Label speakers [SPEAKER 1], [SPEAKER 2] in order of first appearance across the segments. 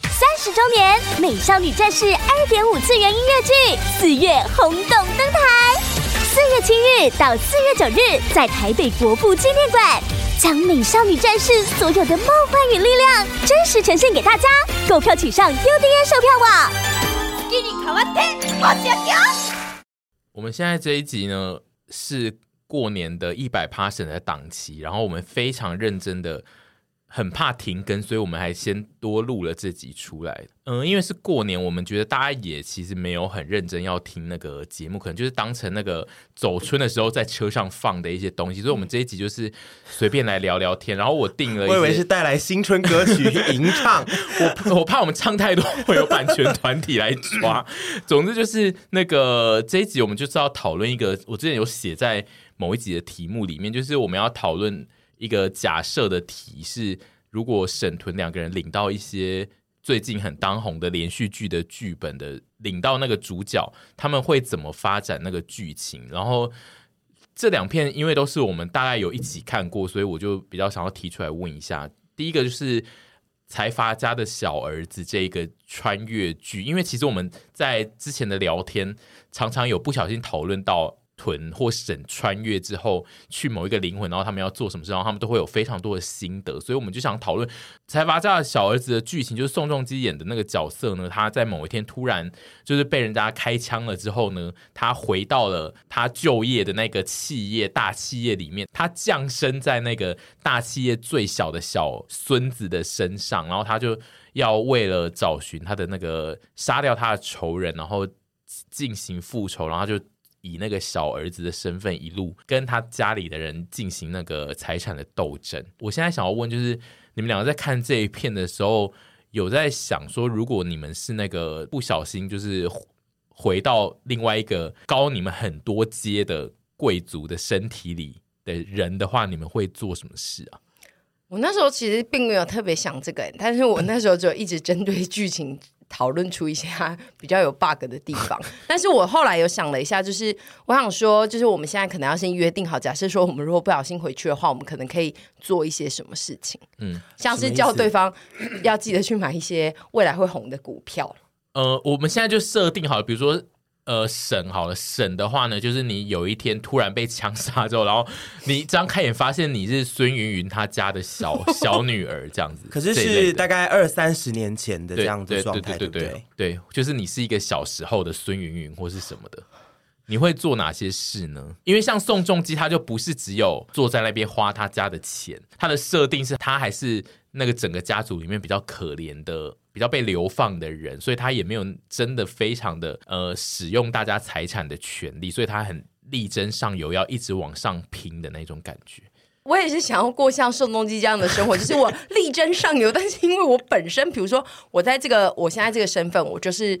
[SPEAKER 1] 十周年《美少女战士》二点五次元音乐剧四月轰动登台，四月七日到四月九日在台北国父纪念馆，将《美少女战士》所有的梦幻与力量真实呈现给大家。购票请上 UDN 售票网。
[SPEAKER 2] 我们现在这一集呢是过年的一百 passion 的档期，然后我们非常认真的，很怕停更，所以我们还先多录了这集出来。嗯，因为是过年，我们觉得大家也其实没有很认真要听那个节目，可能就是当成那个走春的时候在车上放的一些东西，所以我们这一集就是随便来聊聊天。然后我定了一些，
[SPEAKER 3] 我以为是带来新春歌曲吟 唱，
[SPEAKER 2] 我我怕我们唱太多会有版权团体来抓。总之就是那个这一集我们就是要讨论一个，我之前有写在某一集的题目里面，就是我们要讨论一个假设的题是，如果沈屯两个人领到一些最近很当红的连续剧的剧本的，领到那个主角，他们会怎么发展那个剧情，然后。这两片因为都是我们大概有一起看过，所以我就比较想要提出来问一下。第一个就是财阀家的小儿子这个穿越剧，因为其实我们在之前的聊天常常有不小心讨论到屯或沈穿越之后去某一个灵魂，然后他们要做什么事，然后他们都会有非常多的心得，所以我们就想讨论财阀家的小儿子的剧情，就是宋仲基演的那个角色呢，他在某一天突然就是被人家开枪了之后呢，他回到了他就业的那个企业大企业里面，他降生在那个大企业最小的小孙子的身上，然后他就要为了找寻他的那个杀掉他的仇人，然后进行复仇，然后他就。以那个小儿子的身份，一路跟他家里的人进行那个财产的斗争。我现在想要问，就是你们两个在看这一片的时候，有在想说，如果你们是那个不小心就是回到另外一个高你们很多阶的贵族的身体里的人的话，你们会做什么事啊？
[SPEAKER 4] 我那时候其实并没有特别想这个，但是我那时候就一直针对剧情讨论出一些它比较有 bug 的地方。但是我后来有想了一下，就是我想说，就是我们现在可能要先约定好，假设说我们如果不小心回去的话，我们可能可以做一些什么事情，
[SPEAKER 2] 嗯
[SPEAKER 4] 嗯，像
[SPEAKER 3] 什
[SPEAKER 4] 是
[SPEAKER 3] 么意
[SPEAKER 4] 叫
[SPEAKER 3] 思
[SPEAKER 4] 对方 要记得去买一些未来会红的股票。
[SPEAKER 2] 呃，我们现在就设定好了，比如说。呃，沈好了，沈的话呢，就是你有一天突然被枪杀之后，然后你张开眼发现你是孙云云她家的 小小女儿这样子，
[SPEAKER 3] 可是
[SPEAKER 2] 这一类
[SPEAKER 3] 是
[SPEAKER 2] 的
[SPEAKER 3] 大概二三十年前的这样子
[SPEAKER 2] 对
[SPEAKER 3] 状态，
[SPEAKER 2] 对对
[SPEAKER 3] 对不对
[SPEAKER 2] 对？对，就是你是一个小时候的孙云云或是什么的，你会做哪些事呢？因为像宋仲基，他就不是只有坐在那边花他家的钱，他的设定是他还是那个整个家族里面比较可怜的。比较被流放的人，所以他也没有真的非常的呃使用大家财产的权利，所以他很力争上游，要一直往上拼的那种感觉。
[SPEAKER 4] 我也是想要过像宋仲基这样的生活，就是我力争上游，但是因为我本身，比如说我在这个我现在这个身份，我就是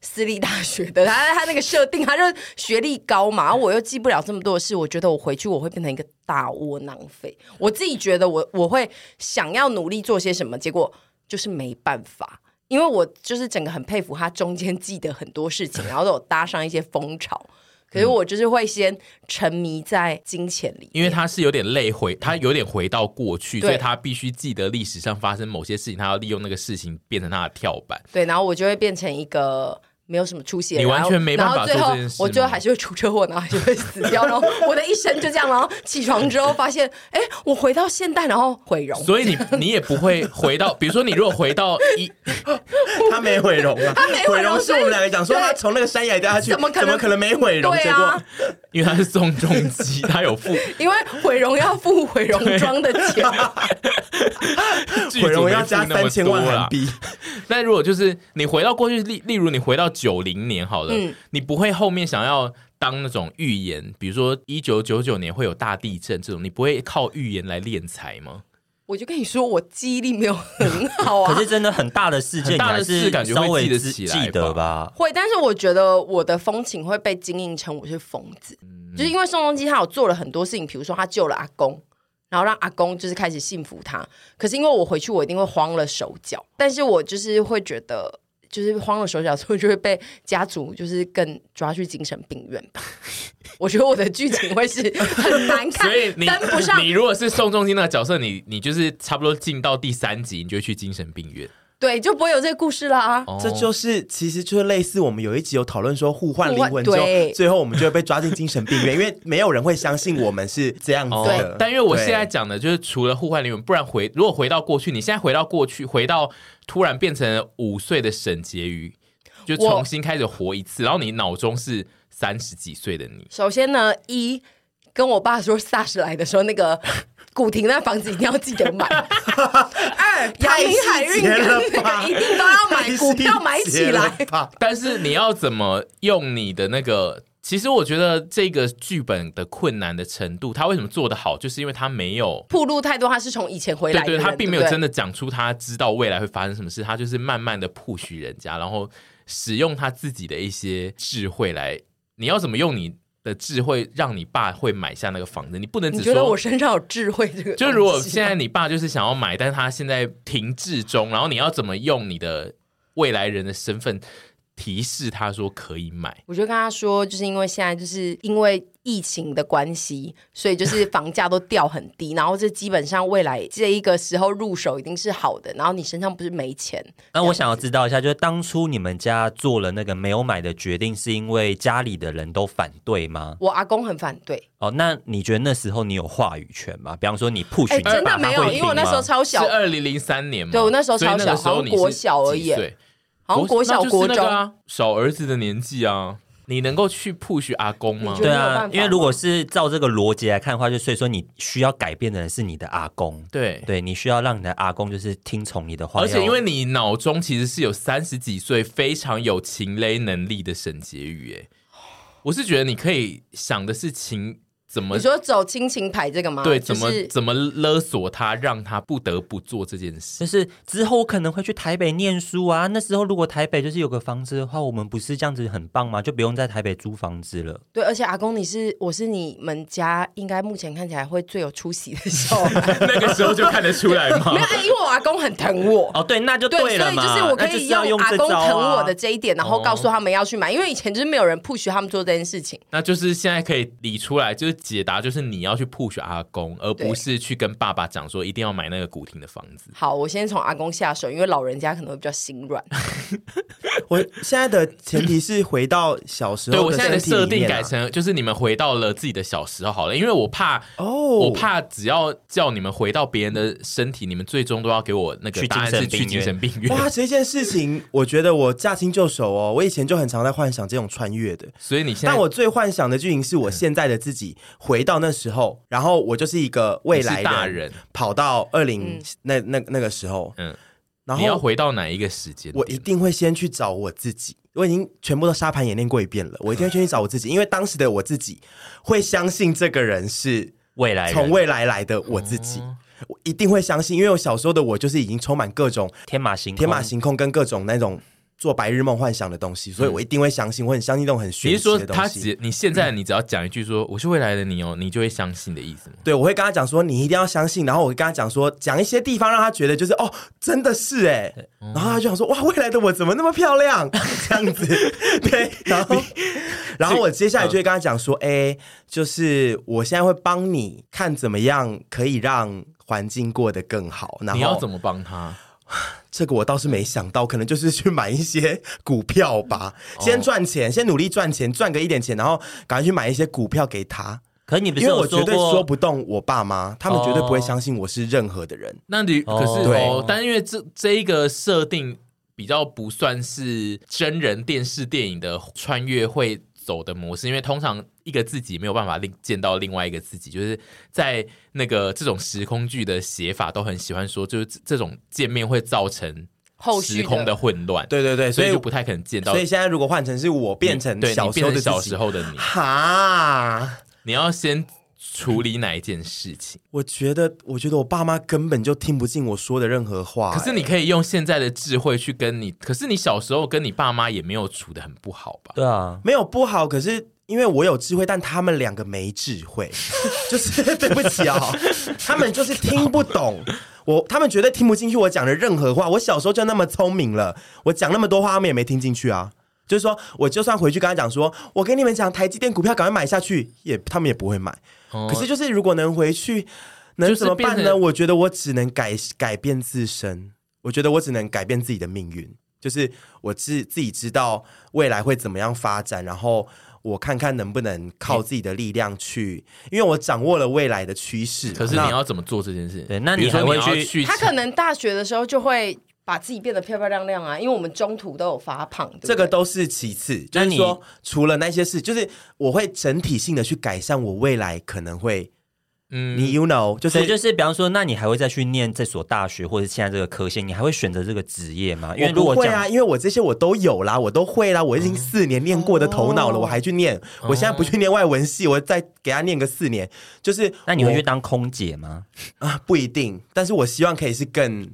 [SPEAKER 4] 私立大学的，他他那个设定，他就学历高嘛，然后我又记不了这么多的事，我觉得我回去我会变成一个大窝囊废。我自己觉得我我会想要努力做些什么，结果就是没办法。因为我就是整个很佩服他中间记得很多事情，然后都有搭上一些风潮，可是我就是会先沉迷在金钱里面，
[SPEAKER 2] 因为他是有点累回，他有点回到过去，
[SPEAKER 4] 对
[SPEAKER 2] 所以他必须记得历史上发生某些事情，他要利用那个事情变成他的跳板。
[SPEAKER 4] 对，然后我就会变成一个没有什么出息的人，
[SPEAKER 2] 你完
[SPEAKER 4] 然后
[SPEAKER 2] 全没办法
[SPEAKER 4] 然后最
[SPEAKER 2] 做
[SPEAKER 4] 后
[SPEAKER 2] 这件事
[SPEAKER 4] 我最后
[SPEAKER 2] 吗
[SPEAKER 4] 还是会出车祸，然后就会死掉，然后我的一生就这样，然后起床之后发现，哎，我回到现代，然后毁容。
[SPEAKER 2] 所以 你你也不会回到，比如说你如果回到一，
[SPEAKER 3] 他没毁容 啊，
[SPEAKER 4] 没毁容
[SPEAKER 3] 是我们两个讲说
[SPEAKER 4] 对
[SPEAKER 3] 他从那个山崖掉下去，
[SPEAKER 4] 怎么可能
[SPEAKER 3] 可能没毁容？
[SPEAKER 4] 对
[SPEAKER 3] 结果
[SPEAKER 4] 啊，
[SPEAKER 2] 因为他是宋仲基，他有 付
[SPEAKER 4] 因为毁容要付毁容妆的钱，
[SPEAKER 3] 毁容要加
[SPEAKER 2] 剧组没付那
[SPEAKER 3] 三
[SPEAKER 2] 么
[SPEAKER 3] 千
[SPEAKER 2] 多
[SPEAKER 3] 万
[SPEAKER 2] 啦
[SPEAKER 3] 韩。币，
[SPEAKER 2] 那如果就是你回到过去，例例如你回到九零年好了，
[SPEAKER 4] 嗯
[SPEAKER 2] 你不会后面想要当那种预言，比如说一九九九年会有大地震这种，你不会靠预言来敛财吗？
[SPEAKER 4] 我就跟你说，我记忆力没有很好啊。
[SPEAKER 5] 可是真的很大的事件，
[SPEAKER 2] 很
[SPEAKER 5] 你
[SPEAKER 2] 大的
[SPEAKER 5] 还
[SPEAKER 2] 事
[SPEAKER 5] 是
[SPEAKER 2] 感觉会
[SPEAKER 5] 稍微
[SPEAKER 2] 记得
[SPEAKER 5] 知
[SPEAKER 2] 起来
[SPEAKER 5] 记得吧？
[SPEAKER 4] 会，但是我觉得我的风情会被经营成我是疯子，
[SPEAKER 2] 嗯
[SPEAKER 4] 就是因为宋仲基他有做了很多事情，比如说他救了阿公，然后让阿公就是开始信服他。可是因为我回去，我一定会慌了手脚，但是我就是会觉得。就是慌了手脚之后，就会被家族就是更抓去精神病院吧。我觉得我的剧情会是很难看，
[SPEAKER 2] 所以你
[SPEAKER 4] 登不上
[SPEAKER 2] 你如果是宋仲基那个角色，你你就是差不多进到第三集，你就去精神病院。
[SPEAKER 4] 对，就不会有这个故事了啊。
[SPEAKER 2] 哦
[SPEAKER 3] 这就是，其实就是类似我们有一集有讨论说互换灵魂之
[SPEAKER 4] 互换
[SPEAKER 3] 后
[SPEAKER 4] 对，
[SPEAKER 3] 最后我们就会被抓进精神病院，因为没有人会相信我们是这样子
[SPEAKER 2] 哦
[SPEAKER 3] 的。
[SPEAKER 2] 但因为我
[SPEAKER 3] 对
[SPEAKER 2] 现在讲的就是除了互换灵魂，不然回如果回到过去，你现在回到过去，回到突然变成五岁的沈婕妤，就
[SPEAKER 4] 我
[SPEAKER 2] 重新开始活一次，然后你脑中是三十几岁的你，
[SPEAKER 4] 首先呢，一跟我爸说 SARS 来的时候，那个古亭那房子一定要记得 买。二阳明海运
[SPEAKER 3] 太细节了
[SPEAKER 4] 跟那
[SPEAKER 3] 吧
[SPEAKER 4] 个一定都要
[SPEAKER 3] 太
[SPEAKER 4] 买股票
[SPEAKER 3] 细
[SPEAKER 4] 买
[SPEAKER 3] 节
[SPEAKER 4] 起
[SPEAKER 3] 了
[SPEAKER 4] 来。
[SPEAKER 3] 吧
[SPEAKER 2] 但是你要怎么用你的那个？其实我觉得这个剧本的困难的程度，他为什么做得好，就是因为他没有
[SPEAKER 4] 铺路太多，他是从以前回来的
[SPEAKER 2] 对
[SPEAKER 4] 人，
[SPEAKER 2] 对，他并没
[SPEAKER 4] 对
[SPEAKER 2] 有
[SPEAKER 4] 不对
[SPEAKER 2] 真的讲出他知道未来会发生什么事，他就是慢慢的 push 人家，然后使用他自己的一些智慧来，你要怎么用你的智慧让你爸会买下那个房子？你不能
[SPEAKER 4] 你
[SPEAKER 2] 只
[SPEAKER 4] 觉得
[SPEAKER 2] 说
[SPEAKER 4] 我。身上有智慧这个东西
[SPEAKER 2] 就
[SPEAKER 4] 吗？
[SPEAKER 2] 是如果现在你爸就是想要买，但是他现在停滞中，然后你要怎么用你的未来人的身份提示他说可以买？
[SPEAKER 4] 我就跟他说，就是因为现在就是因为疫情的关系，所以就是房价都掉很低，然后这基本上未来这一个时候入手一定是好的，然后你身上不是没钱，
[SPEAKER 5] 那我想要知道一下，就是当初你们家做了那个没有买的决定，是因为家里的人都反对吗？
[SPEAKER 4] 我阿公很反对，
[SPEAKER 5] 哦，那你觉得那时候你有话语权吗？比方说你 push
[SPEAKER 4] 哎、
[SPEAKER 5] 你爸，
[SPEAKER 4] 真的
[SPEAKER 5] 他
[SPEAKER 4] 没有，
[SPEAKER 5] 会
[SPEAKER 4] 因为我那时候
[SPEAKER 5] 听吗
[SPEAKER 4] 超
[SPEAKER 2] 是呃
[SPEAKER 4] 小，
[SPEAKER 2] 二零零三年嘛？
[SPEAKER 4] 对我那时候
[SPEAKER 2] 所以
[SPEAKER 4] 超
[SPEAKER 2] 那
[SPEAKER 4] 小
[SPEAKER 2] 个时候
[SPEAKER 4] 好像
[SPEAKER 2] 你
[SPEAKER 4] 国
[SPEAKER 2] 是
[SPEAKER 4] 小而
[SPEAKER 2] 几
[SPEAKER 4] 已
[SPEAKER 2] 岁
[SPEAKER 4] 好像国小、
[SPEAKER 2] 那就是
[SPEAKER 4] 国
[SPEAKER 2] 那
[SPEAKER 4] 中
[SPEAKER 2] 个，啊小儿子的年纪啊，你能够去 push 阿公吗
[SPEAKER 4] 你觉？得
[SPEAKER 5] 对
[SPEAKER 4] 没有办
[SPEAKER 5] 啊
[SPEAKER 4] 法，
[SPEAKER 5] 因为如
[SPEAKER 4] 吗
[SPEAKER 5] 果是照这个逻辑来看的话，就所以说你需要改变的人是你的阿公，
[SPEAKER 2] 对
[SPEAKER 5] 对你需要让你的阿公就是听从你的话，
[SPEAKER 2] 而且
[SPEAKER 5] 要
[SPEAKER 2] 因为你脑中其实是有三十几岁非常有情勒能力的沈婕妤，哎，我是觉得你可以想的是情怎么
[SPEAKER 4] 你说走亲情牌这个吗？
[SPEAKER 2] 对
[SPEAKER 4] 就
[SPEAKER 2] 怎么
[SPEAKER 4] 是
[SPEAKER 2] 怎么勒索他，让他不得不做这件事。
[SPEAKER 5] 就是之后我可能会去台北念书啊，那时候如果台北就是有个房子的话，我们不是这样子很棒吗？就不用在台北租房子了。
[SPEAKER 4] 对，而且阿公你是我是你们家应该目前看起来会最有出息的小孩，
[SPEAKER 2] 那个时候就看得 出来吗
[SPEAKER 4] 没有，哎因为我阿公很疼我。
[SPEAKER 5] 哦，对，那就
[SPEAKER 4] 对，所
[SPEAKER 5] 了
[SPEAKER 4] 以
[SPEAKER 5] 嘛，
[SPEAKER 4] 就是我可
[SPEAKER 5] 那就
[SPEAKER 4] 以
[SPEAKER 5] 是要用
[SPEAKER 4] 阿
[SPEAKER 5] 这
[SPEAKER 4] 公
[SPEAKER 5] 招啊
[SPEAKER 4] 疼我的这一点，然后
[SPEAKER 2] 哦
[SPEAKER 4] 告诉他们要去买，因为以前就是没有人 push 他们做这件事情。
[SPEAKER 2] 那就是现在可以理出来，就是解答，就是你要去 push 阿公，而不
[SPEAKER 4] 对
[SPEAKER 2] 是去跟爸爸讲说一定要买那个古亭的房子。
[SPEAKER 4] 好，我先从阿公下手，因为老人家可能会比较心软。
[SPEAKER 3] 我现在的前提是回到小时
[SPEAKER 2] 对
[SPEAKER 3] 候
[SPEAKER 2] 我现在的
[SPEAKER 3] 身体里
[SPEAKER 2] 设定
[SPEAKER 3] 面啊
[SPEAKER 2] 改成，就是你们回到了自己的小时候好了，因为我怕，
[SPEAKER 3] 哦，
[SPEAKER 2] 我怕只要叫你们回到别人的身体，你们最终都要给我那个
[SPEAKER 5] 去
[SPEAKER 2] 答案
[SPEAKER 5] 精
[SPEAKER 2] 是
[SPEAKER 5] 神病
[SPEAKER 2] 去精神病
[SPEAKER 3] 哇，
[SPEAKER 2] 院，
[SPEAKER 3] 这件事情，我觉得我驾轻就熟哦。我以前就很常在幻想这种穿越的，
[SPEAKER 2] 所以你现在
[SPEAKER 3] 但我最幻想的剧情是我现在的自己回到那时候，然后我就是一个未来
[SPEAKER 2] 你是大人，
[SPEAKER 3] 跑到二零那那那个时候，
[SPEAKER 2] 嗯
[SPEAKER 3] 嗯，然
[SPEAKER 2] 你要
[SPEAKER 3] 后
[SPEAKER 2] 回到哪一个时间点？
[SPEAKER 3] 我一定会先去找我自己。我已经全部都沙盘演练过一遍了，我一定会先去找我自己，因为当时的我自己会相信这个人是
[SPEAKER 5] 未来人
[SPEAKER 3] 从未来来的我自
[SPEAKER 2] 哦
[SPEAKER 3] 己，我一定会相信，因为我小时候的我就是已经充满各种
[SPEAKER 5] 天马行空
[SPEAKER 3] 天马行空跟各种那种做白日梦幻想的东西，所以我一定会相信，我很相信这种很
[SPEAKER 2] 嗯你
[SPEAKER 3] 玄
[SPEAKER 2] 是说
[SPEAKER 3] 学的
[SPEAKER 2] 他
[SPEAKER 3] 东西。嗯
[SPEAKER 2] 只你现在你只要讲一句说我是未来的你哦，你就会相信的意思吗？
[SPEAKER 3] 对，我会跟他讲说，你一定要相信，然后我会跟他讲说，讲一些地方让他觉得就是哦，真的是哎，然后他就想说，哇，未来的我怎么那么漂亮这样 子？对，然后 然后我接下来就会跟他讲说，哎、
[SPEAKER 2] 嗯
[SPEAKER 3] 就是我现在会帮你看怎么样可以让环境过得更好，然后
[SPEAKER 2] 你要怎么帮他？
[SPEAKER 3] 这个我倒是没想到，可能就是去买一些股票吧，
[SPEAKER 2] 哦
[SPEAKER 3] 先赚钱，先努力赚钱，赚个一点钱，然后赶快去买一些股票给他。
[SPEAKER 5] 可是你不
[SPEAKER 3] 因
[SPEAKER 5] 是
[SPEAKER 3] 为我
[SPEAKER 5] 有
[SPEAKER 3] 绝
[SPEAKER 5] 说
[SPEAKER 3] 对说
[SPEAKER 5] 过，
[SPEAKER 3] 不动我爸妈，他们绝对不
[SPEAKER 2] 哦
[SPEAKER 3] 会相信我是任何的人。
[SPEAKER 2] 那你
[SPEAKER 5] 哦
[SPEAKER 2] 可是
[SPEAKER 3] 对
[SPEAKER 2] 哦，但因为这这一个设定比较不算是真人电视电影的穿越会走的模式，因为通常一个自己没有办法另见到另外一个自己，就是在那个这种时空剧的写法都很喜欢说，就是这这种见面会造成
[SPEAKER 4] 后
[SPEAKER 2] 时
[SPEAKER 4] 续
[SPEAKER 2] 空的混乱，，
[SPEAKER 3] 对对对，所
[SPEAKER 2] 所以
[SPEAKER 3] 以
[SPEAKER 2] 就不太可能见到
[SPEAKER 3] 所以
[SPEAKER 2] 你。
[SPEAKER 3] 现在如果换成是我变成
[SPEAKER 2] 对
[SPEAKER 3] 小
[SPEAKER 2] 你
[SPEAKER 3] 时
[SPEAKER 2] 变
[SPEAKER 3] 候
[SPEAKER 2] 成
[SPEAKER 3] 的
[SPEAKER 2] 小
[SPEAKER 3] 自
[SPEAKER 2] 时
[SPEAKER 3] 己，
[SPEAKER 2] 候的你，
[SPEAKER 3] 哈，
[SPEAKER 2] 你要先处理哪一件事情？
[SPEAKER 3] 我觉得我觉得我爸妈根本就听不进我说的任何话、
[SPEAKER 2] 可是你可以用现在的智慧去跟你，可是你小时候跟你爸妈也没有处的很不好吧？
[SPEAKER 5] 对啊，
[SPEAKER 3] 没有不好，可是因为我有智慧，但他们两个没智慧， 就是 对不起啊、他们就是听不懂。我他们绝对听不进去我讲的任何话。我小时候就那么聪明了，我讲那么多话，他们也没听进去啊。就是说，我就算回去跟他讲说，我跟你们讲台积电股票赶快买下去，也他们也不会买。
[SPEAKER 2] 哦
[SPEAKER 3] 可是就是如果能回去，能
[SPEAKER 2] 就是
[SPEAKER 3] 怎么办
[SPEAKER 2] 变
[SPEAKER 3] 呢？
[SPEAKER 2] 成
[SPEAKER 3] 我觉得我只能改改变自身。我觉得我只能改变自己的命运，就是我自自己知道未来会怎么样发展，然后我看看能不能
[SPEAKER 2] 嗯
[SPEAKER 3] 靠自己的力量去，因为我掌握了未来的趋势。
[SPEAKER 2] 可是
[SPEAKER 3] 那
[SPEAKER 2] 你要怎么做这件事？
[SPEAKER 5] 对那
[SPEAKER 2] 比
[SPEAKER 5] 你
[SPEAKER 2] 如说
[SPEAKER 5] 还会
[SPEAKER 2] 你要
[SPEAKER 5] 去
[SPEAKER 2] 去
[SPEAKER 4] 他可能大学的时候就会把自己变得漂漂亮亮啊，因为我们中途都有发胖，对不对
[SPEAKER 3] 这个都是其次，就
[SPEAKER 5] 那
[SPEAKER 3] 是
[SPEAKER 5] 你
[SPEAKER 3] 说除了那些事，就是我会整体性的去改善我未来可能会，
[SPEAKER 2] 嗯
[SPEAKER 3] 你 you know，就
[SPEAKER 5] 所
[SPEAKER 3] 是
[SPEAKER 5] 以就是，比方说，那你还会再去念这所大学，或者现在这个科系，你还会选择这个职业吗？因为
[SPEAKER 3] 我
[SPEAKER 5] 如
[SPEAKER 3] 不
[SPEAKER 5] 果
[SPEAKER 3] 会
[SPEAKER 5] 讲哦
[SPEAKER 3] 啊，因为我这些我都有啦，我都会啦，我已经四年念过的头脑了，我还去念，我现在不去念外文系，我再给他念个四年，就是
[SPEAKER 5] 那你会去
[SPEAKER 3] 我
[SPEAKER 5] 当空姐吗？
[SPEAKER 3] 啊不一定，但是我希望可以是更，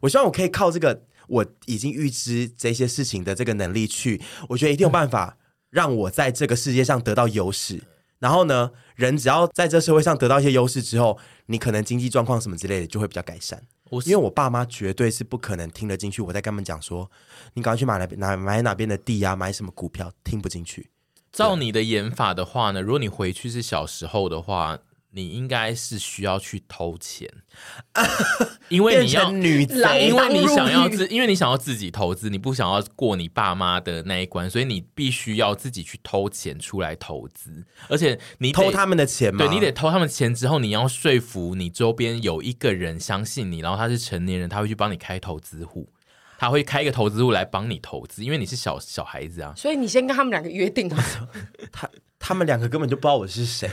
[SPEAKER 3] 我希望我可以靠这个我已经预知这些事情的这个能力去，我觉得一定有办法让我在这个世界上得到优势。然后呢，人只要在这社会上得到一些优势之后，你可能经济状况什么之类的就会比较改善。
[SPEAKER 2] 我
[SPEAKER 3] 因为我爸妈绝对是不可能听得进去我在跟他们讲说，你赶快去买哪边哪买哪边的地啊，买什么股票，听不进去。
[SPEAKER 2] 照你的演法的话呢，如果你回去是小时候的话，你应该是需要去偷钱，因为
[SPEAKER 3] 变
[SPEAKER 2] 你要
[SPEAKER 3] 成。女
[SPEAKER 4] 狼
[SPEAKER 3] 贼，
[SPEAKER 2] 因为你想要
[SPEAKER 4] 当入狱
[SPEAKER 2] 自，因为你想要自己投资，你不想要过你爸妈的那一关，所以你必须要自己去偷钱出来投资，而且你得
[SPEAKER 3] 偷他们的钱嘛，
[SPEAKER 2] 对你得偷他们钱之后，你要说服你周边有一个人相信你，然后他是成年人，他会去帮你开投资户，他会开一个投资户来帮你投资，因为你是小小孩子啊。
[SPEAKER 4] 所以你先跟他们两个约定 啊，
[SPEAKER 3] 他他们两个根本就不知道我是谁，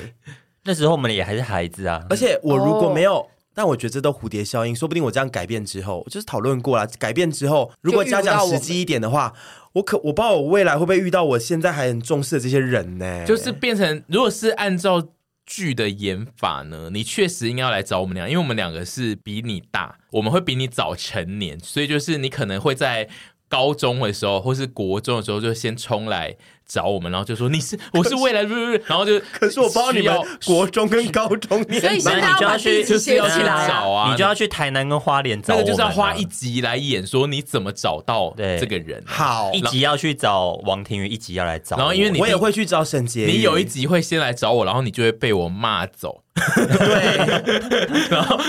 [SPEAKER 5] 那时候我们也还是孩子啊
[SPEAKER 3] 而，且我如果没有。
[SPEAKER 2] 哦
[SPEAKER 3] 但我觉得这都蝴蝶效应，说不定我这样改变之后，就是讨论过了。改变之后，如果家
[SPEAKER 4] 就遇
[SPEAKER 3] 长
[SPEAKER 4] 不到我
[SPEAKER 3] 实
[SPEAKER 4] 们
[SPEAKER 3] 际一点的话，我可我不知道我未来会不会遇到我现在还很重视的这些人呢、
[SPEAKER 2] 就是变成，如果是按照剧的演法呢，你确实应该要来找我们俩，因为我们两个是比你大，我们会比你早成年，所以就是你可能会在。高中的时候，或是国中的时候，就先冲来找我们，然后就说你是我是未来，不不不，然后就
[SPEAKER 3] 可是我不知道你
[SPEAKER 2] 需
[SPEAKER 3] 们
[SPEAKER 2] 要
[SPEAKER 3] 国中跟高中念
[SPEAKER 4] 所以
[SPEAKER 5] 那
[SPEAKER 4] 现在
[SPEAKER 5] 你就
[SPEAKER 4] 把
[SPEAKER 5] 要
[SPEAKER 4] 自
[SPEAKER 5] 去
[SPEAKER 4] 己
[SPEAKER 2] 就是
[SPEAKER 4] 写
[SPEAKER 2] 要
[SPEAKER 4] 起
[SPEAKER 2] 去
[SPEAKER 4] 来啊
[SPEAKER 2] 找。啊，
[SPEAKER 5] 你就要去台南跟花莲找
[SPEAKER 2] 那个
[SPEAKER 5] 我们啊，
[SPEAKER 2] 就是要花一集来演，说你怎么找到这个人。啊
[SPEAKER 3] 好
[SPEAKER 5] 一，集要去找王庭宇，一集要来找我。
[SPEAKER 2] 然后因为你
[SPEAKER 3] 我也会去找沈杰。
[SPEAKER 2] 你有一集会先来找我，然后你就会被我骂 走，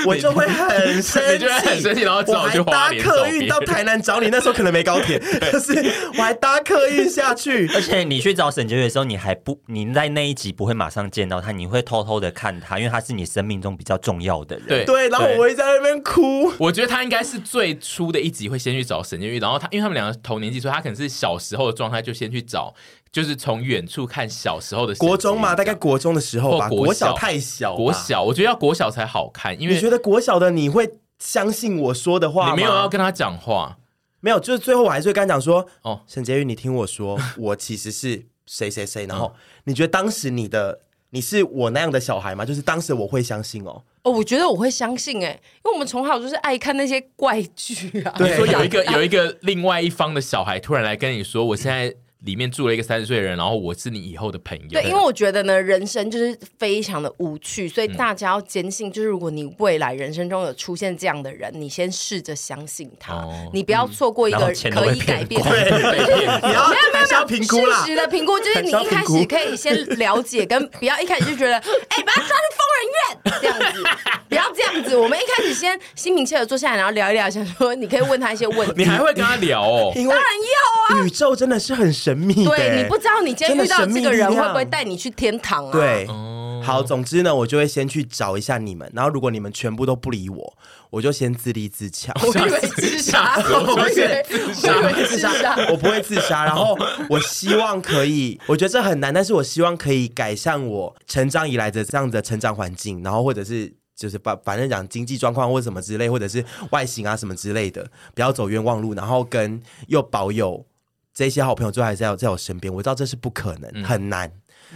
[SPEAKER 3] 我就会很生气，
[SPEAKER 2] 你就会很生气然后只
[SPEAKER 3] 哎我
[SPEAKER 2] 好去
[SPEAKER 3] 还
[SPEAKER 2] 花
[SPEAKER 3] 搭
[SPEAKER 2] 莲
[SPEAKER 3] 客
[SPEAKER 2] 找别
[SPEAKER 3] 运
[SPEAKER 2] 人
[SPEAKER 3] 到台南找你，那时候可能没高 铁，可是我还搭客运下去。
[SPEAKER 5] 而且你去找沈杰宇的时候，你还不你在那一集不会马上见到他，你会偷偷的看他，因为他是你生命中比较重要的人。
[SPEAKER 2] 对
[SPEAKER 3] 对，然后我会在那边哭。
[SPEAKER 2] 我觉得他应该是最初的一集会先去找沈建玉，然后他因为他们两个同年纪，所以他可能是小时候的状态就先去找，就是从远处看小时候的沈建玉
[SPEAKER 3] 国中嘛，大概国中的时候吧，
[SPEAKER 2] 或国
[SPEAKER 3] 国
[SPEAKER 2] 小
[SPEAKER 3] 小太小，
[SPEAKER 2] 国。小，我觉得要国小才好看，因为
[SPEAKER 3] 你觉得国小的你会相信我说的话吗？
[SPEAKER 2] 你没有要跟他讲话，
[SPEAKER 3] 没有，就是最后我还是会跟他讲说，
[SPEAKER 2] 哦
[SPEAKER 3] 哦，沈婕妤，你听我 说，我其实是谁谁谁。然
[SPEAKER 2] 嗯
[SPEAKER 3] 后你觉得当时你的你是我那样的小孩吗？就是当时我会相信哦。
[SPEAKER 4] 哦，我觉得我会相信哎、因为我们从小就是爱看那些怪剧啊。
[SPEAKER 3] 对
[SPEAKER 2] 你说有一个 有一个另外一方的小孩突然来跟你说，我现在里面住了一个三十岁的人，然后我是你以后的朋友，
[SPEAKER 4] 对，因为我觉得呢，人生就是非常的无趣，所以
[SPEAKER 5] 嗯
[SPEAKER 4] 大家要坚信，就是如果你未来人生中有出现这样的人，你先试着相信他，
[SPEAKER 2] 哦
[SPEAKER 4] 你不要错过一
[SPEAKER 5] 然
[SPEAKER 4] 个
[SPEAKER 5] 后钱都
[SPEAKER 4] 可
[SPEAKER 5] 会
[SPEAKER 4] 以改变
[SPEAKER 5] 骗
[SPEAKER 4] 的
[SPEAKER 5] 光
[SPEAKER 2] 被骗
[SPEAKER 3] 你要还是要评估啦
[SPEAKER 4] 事。实的评估就是你一开始可以先了解，跟不要一开始就觉得， 哎，把他抓去疯人院这样子，不要这样子。我们一开始先心平气和坐下来，然后聊一聊，想说你可以问他一些问
[SPEAKER 2] 你
[SPEAKER 4] 题。
[SPEAKER 2] 还会跟他聊哦。
[SPEAKER 3] 因为
[SPEAKER 4] 当然要啊，
[SPEAKER 3] 宇宙真的是很神秘的，
[SPEAKER 4] 对你不知道你今天遇到这个人会不会带你去天堂啊？，
[SPEAKER 3] 对。
[SPEAKER 2] 哦
[SPEAKER 3] 好，总之呢，我就会先去找一下你们，然后如果你们全部都不理我，我就先自立自强。
[SPEAKER 4] 我以为自杀，我以为我以为自杀。
[SPEAKER 3] 我不会自杀，然后我希望可以，我觉得这很难，但是我希望可以改善我成长以来的这样的成长环境，然后或者是就是把反正讲经济状况或什么之类，或者是外形啊什么之类的，不要走冤枉路，然后跟又保有这些好朋友最后还在我在我身边，我知道这是不可能，
[SPEAKER 5] 嗯
[SPEAKER 3] 很难，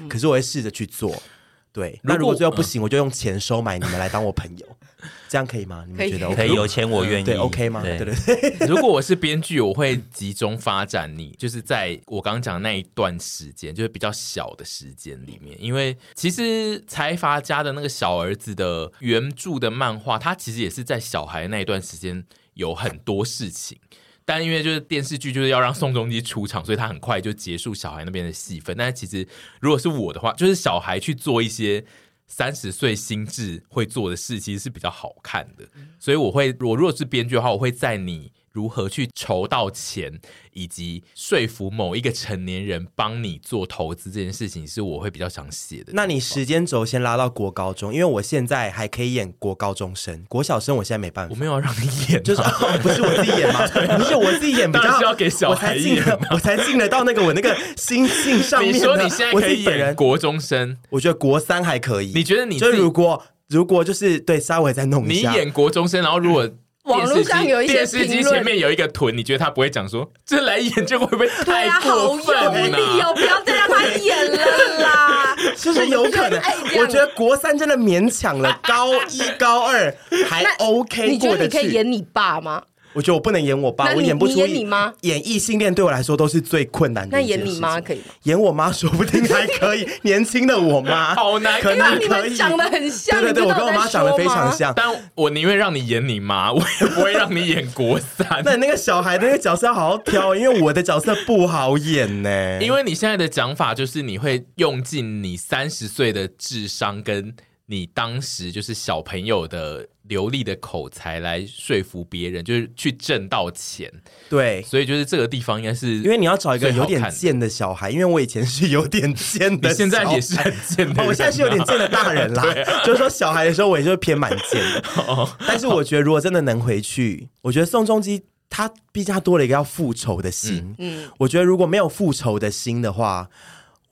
[SPEAKER 3] 可是我会试着去做。对，那
[SPEAKER 2] 如果
[SPEAKER 3] 如果
[SPEAKER 5] 嗯
[SPEAKER 3] 最后不行，我就用钱收买你们来当我朋友，这样可以吗？你们觉得 OK
[SPEAKER 5] 可以有钱我愿意。
[SPEAKER 3] 对 OK 吗？对对对。
[SPEAKER 2] 如果我是编剧，我会集中发展你，就是在我刚刚讲的那一段时间，就是比较小的时间里面，因为其实财阀家的那个小儿子的原著的漫画，他其实也是在小孩那一段时间有很多事情。但因为就是电视剧就是要让宋仲基出场，所以他很快就结束小孩那边的戏份。但是其实如果是我的话，就是小孩去做一些三十岁心智会做的事，其实是比较好看的。
[SPEAKER 3] 嗯
[SPEAKER 2] 所以我会，我如果是编剧的话，我会在你如何去筹到钱，以及说服某一个成年人帮你做投资这件事情，是我会比较想写的。
[SPEAKER 3] 那你时间轴先拉到国高中，因为我现在还可以演国高中生，国小生我现在没办法
[SPEAKER 2] 我。没有要让你演啊、
[SPEAKER 3] 就是、哦不是我自己 演嘛，不是我自己演比
[SPEAKER 2] 当然
[SPEAKER 3] 较，
[SPEAKER 2] 是要给小
[SPEAKER 3] 我
[SPEAKER 2] 孩
[SPEAKER 3] 才进
[SPEAKER 2] 演啊
[SPEAKER 3] 得，我才进得到那个我那个心性上面
[SPEAKER 2] 你
[SPEAKER 3] 的。
[SPEAKER 2] 说你现在
[SPEAKER 3] 我
[SPEAKER 2] 可
[SPEAKER 3] 自
[SPEAKER 2] 以
[SPEAKER 3] 己本
[SPEAKER 2] 演
[SPEAKER 3] 人，
[SPEAKER 2] 国中生，
[SPEAKER 3] 我觉得国三还可以。
[SPEAKER 2] 你觉得你
[SPEAKER 3] 就
[SPEAKER 2] 自己
[SPEAKER 3] 如果如果就是对稍微再弄
[SPEAKER 2] 你
[SPEAKER 3] 一下，
[SPEAKER 2] 演国中生，然后如果
[SPEAKER 4] 嗯网络上有一些
[SPEAKER 2] 电视机
[SPEAKER 4] 评论
[SPEAKER 2] 前面有一个臀，你觉得他不会讲说这来演这个会不会
[SPEAKER 4] 对
[SPEAKER 2] 太
[SPEAKER 4] 啊，
[SPEAKER 2] 过
[SPEAKER 4] 好用
[SPEAKER 2] 分
[SPEAKER 4] 力
[SPEAKER 2] 了、
[SPEAKER 4] 哦，不要再让他演了啦。
[SPEAKER 3] 就是有可能
[SPEAKER 4] 哎这。样
[SPEAKER 3] 我觉得国三真的勉强了，高一高二还 OK
[SPEAKER 4] 你觉
[SPEAKER 3] 过得
[SPEAKER 4] 得你可以
[SPEAKER 3] 去。
[SPEAKER 4] 演你爸吗？
[SPEAKER 3] 我觉得我不能演我爸，
[SPEAKER 4] 那你
[SPEAKER 3] 我演不出
[SPEAKER 4] 你演你妈
[SPEAKER 3] 演异性恋对我来说都是最困难的
[SPEAKER 4] 那
[SPEAKER 3] 一件事
[SPEAKER 4] 演
[SPEAKER 3] 情。
[SPEAKER 4] 你妈可以吗？
[SPEAKER 3] 演我妈说不定还可以，年轻的我 妈
[SPEAKER 2] 好难
[SPEAKER 3] 可
[SPEAKER 2] 看
[SPEAKER 3] 能
[SPEAKER 4] 你
[SPEAKER 3] 可以
[SPEAKER 4] 们长得很像，
[SPEAKER 3] 对对对，
[SPEAKER 4] 你
[SPEAKER 3] 我
[SPEAKER 4] 不知
[SPEAKER 3] 跟
[SPEAKER 4] 道
[SPEAKER 3] 我妈
[SPEAKER 4] 在
[SPEAKER 3] 长得
[SPEAKER 4] 说
[SPEAKER 3] 非常
[SPEAKER 4] 吗。
[SPEAKER 3] 像。。
[SPEAKER 2] 但我宁愿让你演你妈，我也不会让你演国三
[SPEAKER 3] 那那个小孩的那个角色要好好挑，因为我的角色不好演呢、
[SPEAKER 2] 因为你现在的讲法就是你会用尽你三十岁的智商，跟你当时就是小朋友的流利的口才来说服别人，就是去挣到钱。
[SPEAKER 3] 对，
[SPEAKER 2] 所以就是这个地方应该是，
[SPEAKER 3] 因为你要找一个有
[SPEAKER 2] 最好
[SPEAKER 3] 点
[SPEAKER 2] 看的
[SPEAKER 3] 贱的小孩，因为我以前是有点贱
[SPEAKER 2] 你
[SPEAKER 3] 的，
[SPEAKER 2] 现在也是。很 贱的、
[SPEAKER 3] 哦，我现在是有点贱的大人 啦，
[SPEAKER 2] 啊
[SPEAKER 3] 就是说小孩的时候，我也就是偏蛮贱的。但是我觉得，如果真的能回去，我觉得宋仲基他毕竟他多了一个要复仇的心，
[SPEAKER 4] 嗯，
[SPEAKER 3] 我觉得如果没有复仇的心的话，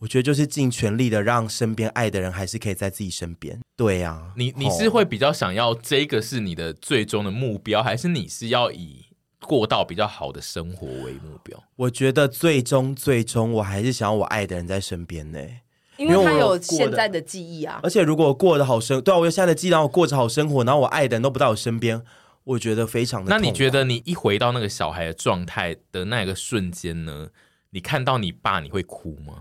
[SPEAKER 3] 我觉得就是尽全力的让身边爱的人还是可以在自己身边。对呀、啊，
[SPEAKER 2] 你你是
[SPEAKER 3] 哦
[SPEAKER 2] 会比较想要这个是你的最终的目标，还是你是要以过到比较好的生活为目标？
[SPEAKER 3] 我觉得最终最终，我还是想要我爱的人在身边呢。
[SPEAKER 4] 因为
[SPEAKER 3] 因为
[SPEAKER 4] 他
[SPEAKER 3] 我有
[SPEAKER 4] 有
[SPEAKER 3] 过
[SPEAKER 4] 现
[SPEAKER 3] 的
[SPEAKER 4] 在的记忆啊。
[SPEAKER 3] 而且如果我过得好生，对啊，我有现在的技能，我过着好生活，然后我爱的人都不在我身边，我觉得非常的。
[SPEAKER 2] 那你觉？得你一回到那个小孩的状态的那个瞬间呢？你看到你爸，你会哭吗？